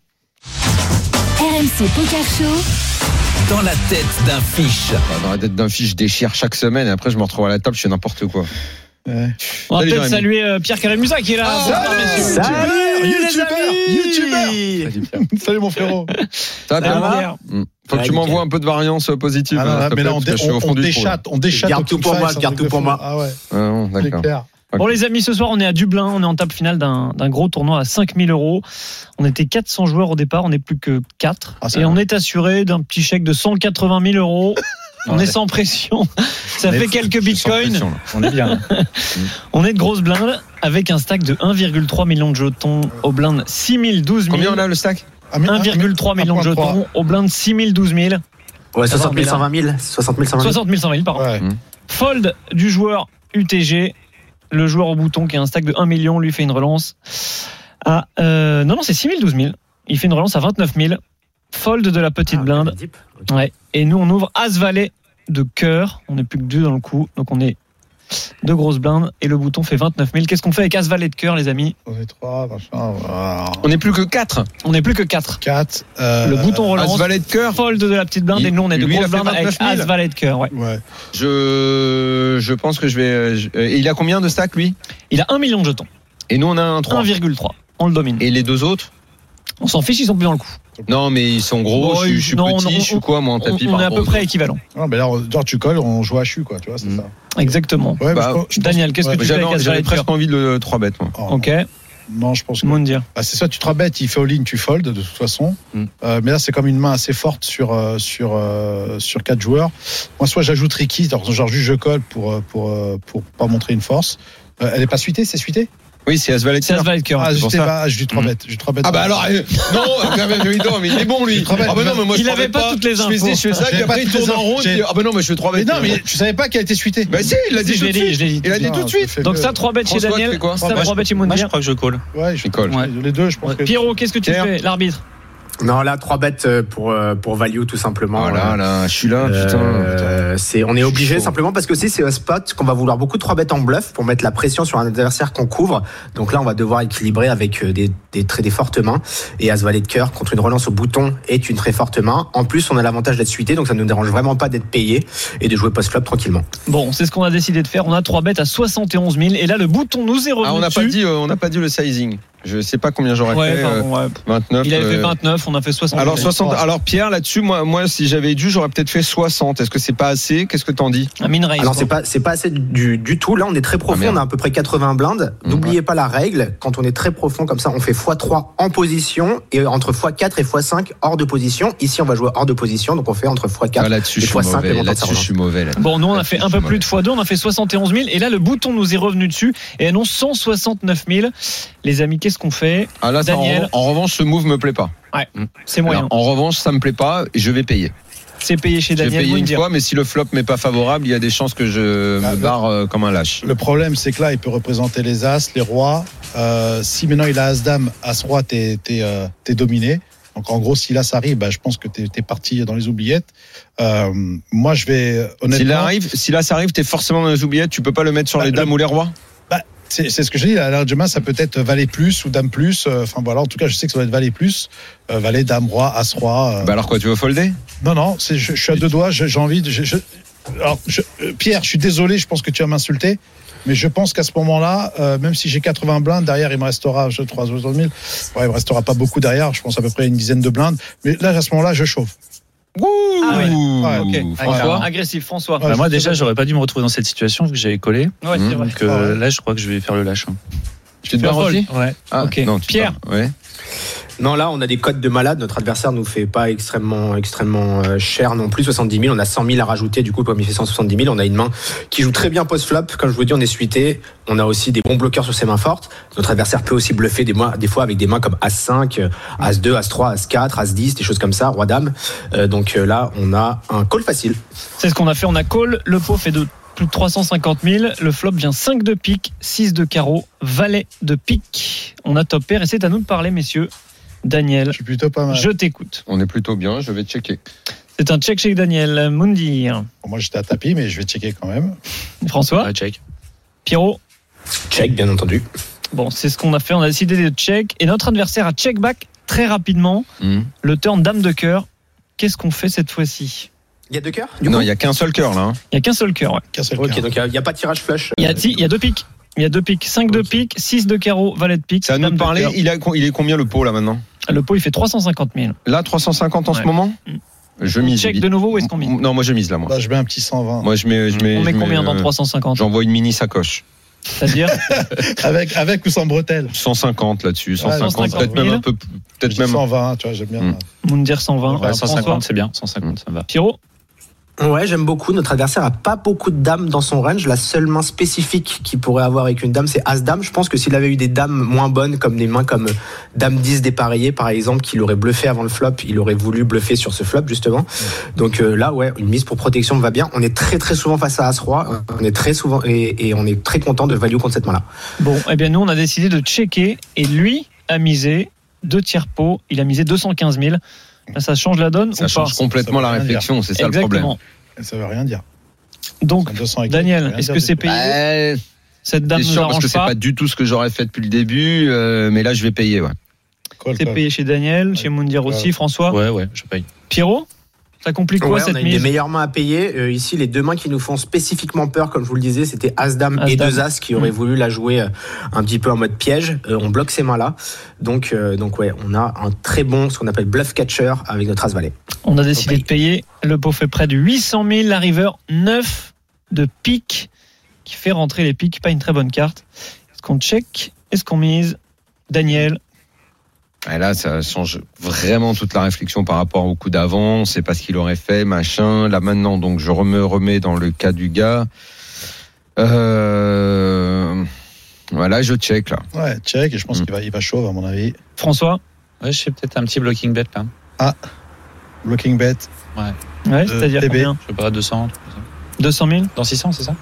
S5: RMC Poker Show,
S7: Dans la tête d'un fiche.
S1: Bah, Dans la tête d'un fiche, je déchire chaque semaine et après je me retrouve à la table, je fais n'importe quoi.
S2: Eh.
S8: On va
S1: Salut,
S8: peut-être
S1: Jérémy.
S8: saluer euh, Pierre Caramusa qui est là. Bonsoir, messieurs.
S2: YouTubeur Salut mon frérot.
S1: Ça va,
S8: Ça
S1: Pierre
S8: va
S1: Mm. Faut que
S9: Ouais,
S1: tu m'envoies un peu de variance euh, positive.
S2: Ah, non,
S1: hein, s'il te
S2: mais
S1: plaît,
S2: là, on,
S1: parce que
S2: dé-
S1: je suis
S2: on,
S1: au fond
S2: on
S1: du trou, là.
S2: déchatte, on déchatte.
S9: Garde
S2: au
S9: tout
S2: coup de
S9: pour
S2: face,
S9: moi,
S2: c'est un
S9: garde
S2: truc
S9: tout pour
S2: de fou.
S9: moi.
S2: Ah ouais,
S1: Ah non,
S2: c'est
S1: d'accord.
S2: clair.
S8: Bon les amis, ce soir on est à Dublin, on est en table finale d'un d'un gros tournoi à 5000 euros. On était 400 joueurs au départ, on n'est plus que 4.
S2: Ah, c'est
S8: et on est assuré d'un petit chèque de 180 000 euros. On est sans pression. Ça
S3: On est-
S8: fait quelques
S1: Je sens
S8: bitcoins.
S1: pression, là.
S3: On est bien.
S8: On est de grosses blindes avec un stack de 1,3 million de jetons aux blindes 6 000, 12 000.
S1: Combien on a le stack
S2: Ah, mais- ah,
S8: 1,3
S2: mais-
S8: million de
S2: 1,3.
S8: jetons aux blindes 6 000, 12 000.
S9: Ouais, 60 000,
S8: Ça va,
S9: 120 000. 60 000, 120 000.
S8: 60 000, 100 000 par an.
S2: Ouais.
S8: Fold du joueur UTG. Le joueur au bouton qui a un stack de 1 million lui fait une relance à. euh, non, non, c'est 6 000, 12 000. Il fait une relance à 29 000. Fold de la petite
S9: Ah,
S8: blinde.
S9: deep.
S8: Ouais. Et nous, on ouvre As-Valet de cœur. On n'est plus que deux dans le coup. Donc on est deux grosses blindes. Et le bouton fait 29 000. Qu'est-ce qu'on fait avec As-Valet de cœur, les amis
S2: On est trois, machin. voilà.
S1: On n'est plus que 4.
S8: On n'est plus que 4.
S2: Quatre. euh,
S8: Le bouton relance.
S1: valet de cœur.
S8: Fold de la petite blinde.
S1: Il-
S8: Et nous, on est deux
S1: lui, il
S8: grosses
S1: a fait
S8: blindes avec
S1: 29 000.
S8: As-Valet de cœur. Ouais.
S2: Ouais.
S1: Je, je pense que je vais. euh, je- euh, et il a combien de stacks lui
S8: Il a 1 million de jetons.
S1: Et nous on a un 3.
S8: 1,3. On le domine.
S1: Et les deux autres
S8: On s'en fiche, ils sont plus dans le coup.
S1: Non, mais ils sont gros.
S8: Oh,
S1: je, suis- je suis
S8: non,
S1: petit.
S8: non,
S1: je suis
S8: on-
S1: quoi moi en
S8: On,
S1: tapis
S8: on
S1: par
S8: est à
S1: rapport
S8: peu
S1: aux
S8: près
S1: autres
S8: équivalent.
S2: Non, mais là, on- genre, tu colles, on joue à chu, quoi. Tu vois, c'est
S1: Mm.
S2: ça.
S8: Exactement.
S2: Ouais, mais
S1: Bah,
S2: je pense- je pense-
S8: Daniel, qu'est-ce
S2: ouais,
S8: que tu fais
S1: J'avais
S8: avec As-Valet
S1: j'avais
S8: de cœur
S1: presque envie de le 3 bêtes moi.
S2: Oh,
S8: Ok,
S2: Non, je pense que.
S8: Moundir.
S2: Bah, c'est soit tu te rabais, il fait all-in, tu fold de toute façon.
S3: Mm.
S2: Euh, mais là, c'est comme une main assez forte sur euh, sur euh, sur quatre joueurs. Moi, soit j'ajoute Ricky, alors, genre juste je colle pour euh, pour euh, pour pas montrer une force. Euh, elle est pas suitée, c'est suité
S1: Oui, c'est As valet de
S8: C'est
S1: cœur.
S8: As-Valet de cœur.
S2: Ah,
S1: c'est pour
S2: j'étais
S1: ça.
S2: pas, ah, j'ai du 3
S3: Mm.
S2: bêtes, j'ai du 3 bêtes.
S1: Ah bah alors euh, non, quand même, oui, non, mais il est bon lui.
S2: Je travaille.
S1: Ah bah non, mais moi je
S8: Il
S1: travaille
S8: avait pas toutes les
S1: Je fais
S8: infos.
S1: je fais ça,
S2: J'ai
S1: puis
S2: pas
S1: après il
S2: toutes les
S1: tourne en rond. il
S2: infos.
S1: dit, Ah bah non, mais je fais 3
S2: Mais
S1: bêtes.
S2: non, mais tu savais pas qu'elle a été suitée.
S1: Bah si, il l'a dit
S8: Je
S1: tout de
S8: l'ai dit, je
S1: suite.
S8: l'ai dit.
S1: Il a dit
S2: Non,
S1: tout de
S2: je
S1: suite.
S2: fais
S8: Donc
S2: que-
S8: ça, 3 bêtes chez
S1: François, tu
S8: Daniel,
S1: fais quoi
S8: ça
S2: Moi,
S8: 3 bêtes chez
S3: Moi, je
S8: Moundir.
S3: crois que je colle.
S2: Ouais, je-
S1: Nicole.
S3: Ouais.
S2: les deux, je pense que.
S8: Pierrot, qu'est-ce que tu
S1: Pierre.
S8: fais L'arbitre.
S9: Non, là, 3 bêtes euh, pour, euh, pour value, tout simplement.
S1: Oh là là, je suis là,
S9: Euh,
S1: putain.
S9: c'est, on est obligé simplement parce que si c'est un spot qu'on va vouloir beaucoup de 3 bêtes en bluff pour mettre la pression sur un adversaire qu'on couvre. Donc là, on va devoir équilibrer avec euh, des, des très des fortes mains. Et As Valet de cœur contre une relance au bouton est une très forte main. En plus, on a l'avantage d'être suité, donc ça ne nous dérange vraiment pas d'être payé et de jouer post-flop tranquillement.
S8: Bon, c'est ce qu'on a décidé de faire. On a 3 bêtes à 71 000. Et là, le bouton nous est revenu.
S1: Ah, on n'a pas
S8: dessus.
S1: dit, euh, on n'a pas dit le sizing. Je sais pas combien j'aurais
S8: Ouais,
S1: fait. euh,
S8: pardon, ouais.
S1: 29.
S8: Il avait fait
S1: euh,
S8: 29, on a fait 60.
S1: Alors 60. Alors Pierre, là-dessus, moi, moi, si j'avais dû, j'aurais peut-être fait 60. Est-ce que c'est pas assez Qu'est-ce que t'en dis
S8: Un min raise.
S9: Alors c'est pas c'est pas assez du, du tout. Là on est très profond,
S1: Ah, merde. Mmh.
S9: on a à peu près 80 blindes. N'oubliez pas la règle. Quand on est très profond comme ça, on fait x3 en position et entre x4 et x5 hors de position. Ici on va jouer hors de position, donc on fait entre x4.
S1: Ah, Là-dessus,
S9: et
S1: je suis
S9: fois cinq, et
S1: mauvais.
S9: montant de
S1: Là-dessus,
S9: serveur.
S1: je suis mauvais. là.
S8: Bon, nous, on a
S1: Ouais,
S8: fait
S1: c'est
S8: un peu
S1: mal.
S8: plus de x2, on a fait 71 000. Et là, le bouton nous est revenu dessus et annonce 169 000. Les amis, qu'est-ce qu'on fait
S1: Ah là, ça, en,
S8: Daniel.
S1: revanche- en revanche, ce move me plaît pas.
S8: C'est moyen.
S1: Alors, en revanche, ça me plaît pas. et Je vais payer.
S8: C'est payé chez
S1: Je vais
S8: Daniel
S1: payer une
S8: Moundir.
S1: fois, mais si le flop m'est pas favorable, il y a des chances que je me
S2: Ah, le-
S1: barre euh, comme un lâche.
S2: Le problème, c'est que là, il peut représenter les As, les Rois. Euh, si maintenant il a As-Dame, As-Roi, t'es t'es, euh, t'es dominé. Donc en gros, si l'As arrive, bah, je pense que t'es t'es parti dans les oubliettes. Euh, moi, je vais euh,
S1: Si là
S2: honnêtement.
S1: arrive, si là ça arrive, t'es forcément dans les oubliettes. Tu peux pas le mettre sur
S2: Bah,
S1: les
S2: le-
S1: dames ou les rois.
S2: C'est c'est ce que je dis. Là, demain, ça peut être Valet plus ou Dame plus. Euh, Enfin voilà, en tout cas, je sais que ça va être Valet plus. Euh, valet, Dame, Roi, As-Roi. euh.
S1: Bah alors quoi, tu veux folder
S2: Non, non, c'est- je, je suis à deux doigts. je- J'ai envie. de- je- je- alors, je, euh, Pierre, je suis désolé, je pense que tu vas m'insulter. Mais je pense qu'à ce moment-là, euh, même si j'ai 80 blindes, derrière, il me restera, je 3 000. Ouais, il me restera pas beaucoup derrière, je pense à peu près une dizaine de blindes. Mais là, à ce moment-là, je chauffe.
S8: Ouh ah ouais. Ouais, okay. François. Agressif, François.
S3: Bah, moi, déjà, j'aurais pas dû me retrouver dans cette situation, vu que j'avais collé.
S8: Ouais, c'est vrai.
S3: Donc euh, là, je crois que je vais faire le lâche. Hein.
S10: Tu te barres aussi
S8: Ouais.
S10: Ah,
S8: ok.
S10: non, tu
S8: Pierre.
S10: pars. Ouais.
S9: Non, là, on a des codes de malade. Notre adversaire nous fait pas extrêmement, extrêmement euh, cher non plus. 70 000. On a 100 000 à rajouter. Du coup, comme il fait 170 000, on a une main qui joue très bien post-flop. Comme je vous dis, on est suité. On a aussi des bons bloqueurs sur ses mains fortes. Notre adversaire peut aussi bluffer des, mois, des fois avec des mains comme As5, As2, As3, As4, As10, des choses comme ça, Roi-Dame. Euh, donc euh, là, on a un call facile.
S8: C'est ce qu'on a fait. On a call. Le pot fait de plus de 350 000. Le flop vient 5 de pique, 6 de carreau, valet de pique. On a top pair et c'est à nous de parler, messieurs. Daniel,
S2: je suis plutôt pas mal.
S8: Je t'écoute.
S10: On est plutôt bien, je vais checker.
S8: C'est un check check Daniel Mundi.
S2: Bon, moi j'étais à tapis, mais je vais checker quand même.
S8: François
S3: ah, Check.
S8: Pierrot
S9: Check, bien entendu.
S8: Bon, c'est ce qu'on a fait. On a décidé de check. Et notre adversaire a check back très rapidement. Mmh. Le turn dame de cœur. Qu'est-ce qu'on fait cette fois-ci
S9: il y a deux cœurs
S10: Non, il n'y a qu'un seul cœur là. hein.
S8: Il n'y a qu'un seul cœur, ouais.
S2: Qu'un seul
S9: ok,
S2: cœur.
S9: donc il n'y a, a, pas de tirage flush.
S8: Il y a, il y a deux piques. Il y a deux piques. 5 de pique, 6 de carreau, valet de pique.
S10: Ça nous parler, il, a, il est combien le pot là maintenant
S8: Le pot il fait 350 000.
S10: Là, 350 en ouais. ce moment mmh. Je mise.
S8: Hmm. Check de nouveau où est-ce qu'on mise Hmm.
S10: Non, moi je mise là. Moi.
S2: Bah, je mets un petit 120.
S10: Moi je mets. Je mets
S8: On
S10: je
S8: met
S10: mets, euh,
S8: combien dans 350
S10: J'envoie une mini sacoche.
S8: C'est-à-dire
S2: avec, avec ou sans bretelles
S10: 150 là-dessus, 150, ouais, 150 peut-être même un peu. Peut-être même.
S2: 120, tu vois, j'aime
S8: Hmm.
S2: bien.
S8: Mundir 120.
S3: Ouais, 150, c'est bien. 150, ça va.
S8: Pierrot
S9: Ouais, j'aime beaucoup. Notre adversaire a pas beaucoup de dames dans son range. La seule main spécifique qu'il pourrait avoir avec une dame, c'est As-Dame. Je pense que s'il avait eu des dames moins bonnes, comme des mains comme euh, Dame 10 dépareillée, par exemple, qu'il aurait bluffé avant le flop, il aurait voulu bluffer sur ce flop, justement. Donc euh, là, ouais, une mise pour protection me va bien. On est très, très souvent face à As-Roi. On est très souvent, et, et on est très content de value contre cette main-là.
S8: Bon, eh bien, nous, on a décidé de checker et lui a misé deux tiers pot. Il a misé 215 000 ça change la donne
S10: Ça
S8: ou
S10: change
S8: pas
S10: complètement ça la réflexion, c'est ça le problème.
S2: Ça veut rien dire.
S8: Donc, Daniel, est-ce que c'est payé
S10: bah,
S8: Cette dame
S10: sûr,
S8: nous
S10: parce que c'est
S8: pas.
S10: pas du tout ce que j'aurais fait depuis le début, euh, mais là je vais payer. Ouais.
S8: C'est payé chez Daniel, ouais. chez Moundir aussi, ouais. François
S3: Ouais, ouais, je paye.
S8: Pierrot ça complique quoi
S9: ouais,
S8: cette
S9: on a une
S8: mise
S9: des meilleures mains à payer. Euh, ici, les deux mains qui nous font spécifiquement peur, comme je vous le disais, c'était As-Dame As et deux As qui auraient mmh. voulu la jouer un petit peu en mode piège. Euh, on bloque ces mains-là. Donc, euh, donc ouais, on a un très bon, ce qu'on appelle bluff catcher avec notre As-Valet.
S8: On a décidé de payer. Le pot fait près de 800 000. La river, 9 de pique qui fait rentrer les piques. Pas une très bonne carte. Est-ce qu'on check Est-ce qu'on mise Daniel,
S10: et là, ça change vraiment toute la réflexion par rapport au coup d'avant. C'est pas ce qu'il aurait fait, machin. Là maintenant, donc je me remets dans le cas du gars. Euh... Voilà, je check là.
S2: Ouais, check. Et je pense
S8: Hmm.
S2: mmh. qu'il va, il va chauve à mon avis.
S8: François,
S3: ouais, je fais peut-être un petit blocking bet là.
S2: Ah, blocking bet.
S8: Ouais.
S10: Euh,
S8: Ouais, c'est-à-dire combien
S3: Je sais pas, 200.
S8: 200 000
S3: Dans 600, c'est ça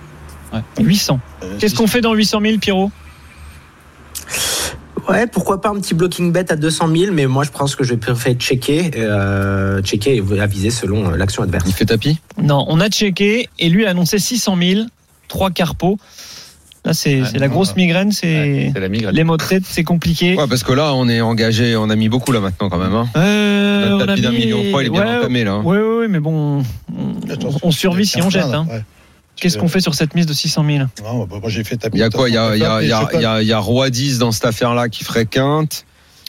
S8: Ouais. 800. Euh, Qu'est-ce qu'on fait dans 800 000, Pierrot
S9: Ouais, pourquoi pas un petit blocking bet à 200 000, mais moi je pense que je préfère checker, euh, checker et aviser selon euh, l'action adverse.
S10: Il fait tapis
S8: Non, on a checké et lui a annoncé 600 000, 3 carpeaux. Là, c'est ah la grosse migraine, c'est
S3: ouais,
S8: les mots de tête, c'est compliqué.
S10: Ouais, parce que là, on est engagé, on a mis beaucoup là maintenant quand même. Hein.
S8: Euh,
S10: Notre tapis d'un
S8: mis...
S10: million trois, il est
S8: ouais,
S10: bien hein. entamé là.
S8: Oui, oui, ouais, mais bon, on, Attends, on survit si on jette. Là, hein. Qu'est-ce
S10: Euh,
S8: qu'on fait sur cette mise de 600 000
S2: non, bah, Moi, j'ai fait tapis.
S10: Il y a quoi Il y a, y, a, y, a, y a, Roi 10 dans cette affaire-là qui fréquente.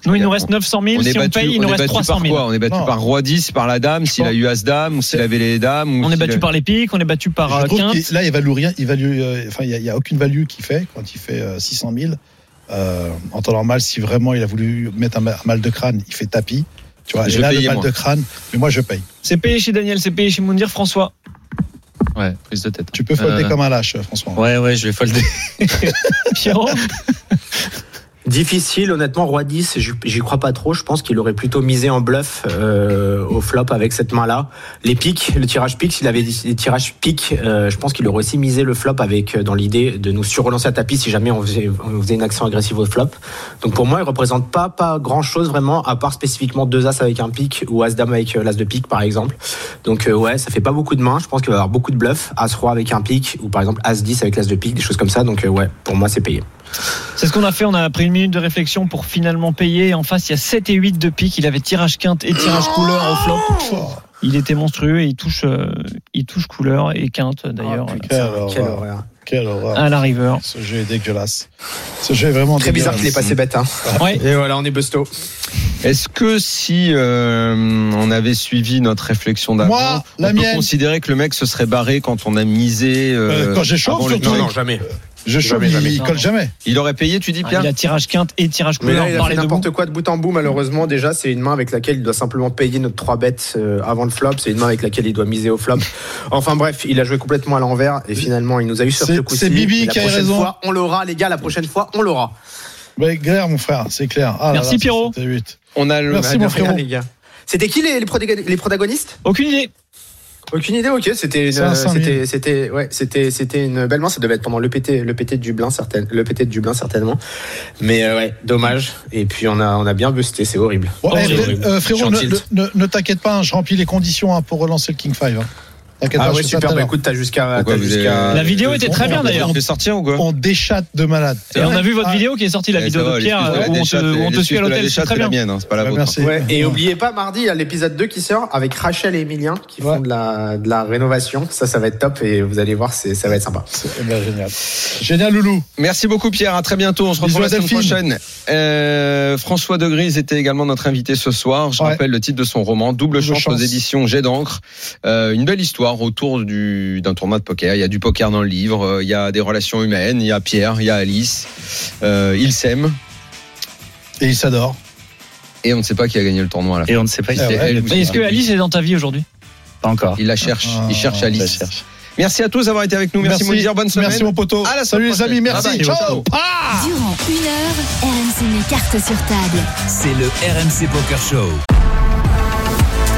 S8: Nous, il nous reste 900 000. On si
S10: battu,
S8: on paye, il
S10: on
S8: nous reste 300 000.
S10: Par quoi hein, on est battu non. par Roi 10, par la dame, s'il a eu As dame, ou s'il avait les dames.
S8: Ou on est battu par les piques, on est battu par euh, quinte.
S2: Là, il value rien. Il value, euh, enfin, il n'y a, aucune value qui fait quand il fait euh, 600 000. Euh, en temps normal, si vraiment il a voulu mettre un mal de crâne, il fait tapis. Tu vois, j'ai là le mal moi. de crâne, mais moi je paye.
S8: C'est payé chez Daniel, c'est payé chez Moundir, François.
S3: Ouais, prise de tête.
S2: Tu
S10: Ah,
S2: peux folder euh... comme un lâche, François.
S3: Ouais, ouais, je vais folder.
S8: Pierrot
S9: Difficile, honnêtement, Roi 10, j'y crois pas trop. Je pense qu'il aurait plutôt misé en bluff euh, au flop avec cette main-là. Les pics, le tirage pique, s'il avait des tirages piques, euh, je pense qu'il aurait aussi misé le flop avec euh, dans l'idée de nous surrelancer à tapis si jamais on faisait, on faisait, une action agressive au flop. Donc pour moi, il représente pas pas grand-chose vraiment, à part spécifiquement deux as avec un pic ou as dame avec euh, l'as de pique par exemple. Donc euh, ouais, ça fait pas beaucoup de mains. Je pense qu'il va y avoir beaucoup de bluffs, as roi avec un pic ou par exemple as 10 avec l'as de pique, des choses comme ça. Donc euh, ouais, pour moi, c'est payé.
S8: C'est ce qu'on a fait. On a pris une minute de réflexion pour
S2: Oh,
S8: finalement payer. En face, il y a 7 et 8 de pique. Il avait tirage quinte et tirage couleur au flop. Il était monstrueux et il touche, euh, il touche couleur et quinte d'ailleurs.
S9: Ah,
S8: euh,
S2: Oh, quelle horreur. Quelle horreur.
S8: À la river.
S2: Ce jeu est dégueulasse. Ce jeu est vraiment
S9: Très bizarre qu'il ait passé bête. Hein.
S8: Ouais.
S9: Et voilà, on est busto.
S1: Est-ce que si euh, on avait suivi notre réflexion d'avant,
S2: Moi,
S1: on
S2: la
S1: peut
S2: mienne.
S1: considérer que le mec se serait barré quand on a misé euh,
S2: Euh, quand j'échauffe,
S1: avant le-
S2: surtout.
S1: Non,
S2: Oui.
S1: non,
S9: jamais.
S2: Je chauffe,
S9: Jamais, jamais.
S2: il colle jamais.
S1: Il aurait payé, tu dis
S8: Ah,
S1: Pierre
S8: il a tirage quinte et tirage
S9: Mais
S8: couleur
S9: là, il a
S8: par
S9: fait
S8: les deux bouts.
S9: n'importe quoi de bout en bout, malheureusement. Déjà, c'est une main avec laquelle il doit simplement payer notre 3 bêtes euh, avant le flop. C'est une main avec laquelle il doit miser au flop. Enfin bref, il a joué complètement à l'envers et finalement, il nous a eu sur
S2: C'est-
S9: ce coup-ci.
S2: c'est Bibi
S9: Et la
S2: qui a
S9: prochaine
S2: raison.
S9: fois, on l'aura, les gars. La prochaine fois, on l'aura.
S2: Mais clair, mon frère, c'est clair. Ah là
S8: Merci,
S2: là,
S8: Pierrot.
S2: c'était huit.
S1: On a le.
S2: Merci, mon frérot.
S9: les gars. C'était qui les, les protagonistes- les protagonistes
S8: Aucune idée.
S9: Aucune idée, ok. C'était une,
S2: C'est un
S9: euh,
S2: 100 000.
S9: c'était, c'était, ouais, c'était, c'était une belle main. Ça devait être pendant le PT, le PT de Dublin, certaine, le PT de Dublin certainement. Mais euh, ouais, dommage. Et puis on a, on a bien busté. C'est horrible.
S2: Bon, eh,
S9: horrible.
S2: euh, frérot,
S9: Je
S2: ne,
S9: suis en tilt.
S2: ne- ne- ne t'inquiète pas, hein, je remplis les conditions hein, pour relancer le King 5. T'inquiète
S9: Ah
S2: pas,
S9: ouais,
S2: je fais ça
S9: super.
S2: tout à
S9: Bah,
S2: l'heure.
S9: écoute, t'as jusqu'à,
S1: Pourquoi
S9: t'as
S1: vous
S9: jusqu'à.
S1: avez-
S8: La
S9: Ah,
S8: vidéo était très bien d'ailleurs.
S1: On fait sortir ou quoi
S2: On déchatte de malade. Ah,
S8: Et on a vu votre
S9: Ah.
S8: vidéo qui est sortie, la
S1: Eh,
S8: vidéo
S1: ça va,
S8: de Pierre,
S1: l'excuse de la
S8: euh, où on te,
S1: déchatte,
S8: où on te
S1: l'excuse
S8: suit à
S1: de la
S8: l'hôtel. C'est
S1: déchatte,
S8: très
S1: c'est
S8: bien.
S1: la mienne, hein, c'est pas la
S2: Bah,
S1: vôtre.
S2: merci.
S9: Ouais, et
S2: Ouais.
S9: oubliez pas mardi, il y a l'épisode 2 qui sort avec Rachel et Emilien qui font
S2: Ouais.
S9: de, la, de la rénovation. Ça, ça va être top et vous allez voir, c'est, ça va être sympa.
S2: Eh ben, génial. Génial, Loulou.
S1: Merci beaucoup Pierre, à très bientôt, on se
S2: Bisous
S1: retrouve
S2: à
S1: la semaine
S2: Delphine.
S1: prochaine. Euh, François De Grise était également notre invité ce soir. Je
S2: Ouais.
S1: rappelle le titre de son roman, Double
S2: Double
S1: chance, aux
S2: chance.
S1: éditions Jet d'encre. Euh, une belle histoire autour du- d'un tournoi de poker. Il y a du poker dans le livre, euh, il y a des relations humaines, il y a Pierre, il y a Alice, euh, ils s'aiment
S2: Et il s'adore.
S1: et on ne sait pas qui a gagné le tournoi à la fin.
S3: Et on ne sait pas qui
S2: Ah
S1: C'est
S3: c'est.
S2: ouais,
S1: elle
S2: le
S1: ou
S2: pire.
S1: c'est
S8: Est-ce que
S1: lui.
S8: Alice est dans ta vie aujourd'hui
S3: Pas encore.
S1: Il la cherche, il cherche
S3: Je la
S1: Alice.
S3: cherche.
S1: Merci à tous d'avoir été avec nous, merci, Mounir, bonne semaine.
S2: Ah. Merci, mon poteau.
S1: À la
S2: Salut,
S1: semaine
S2: les amis.
S1: prochaine.
S2: Merci.
S1: Bye bye.
S2: Ciao.
S5: Durant une heure, RMC met cartes sur table.
S11: C'est le RMC Poker Show.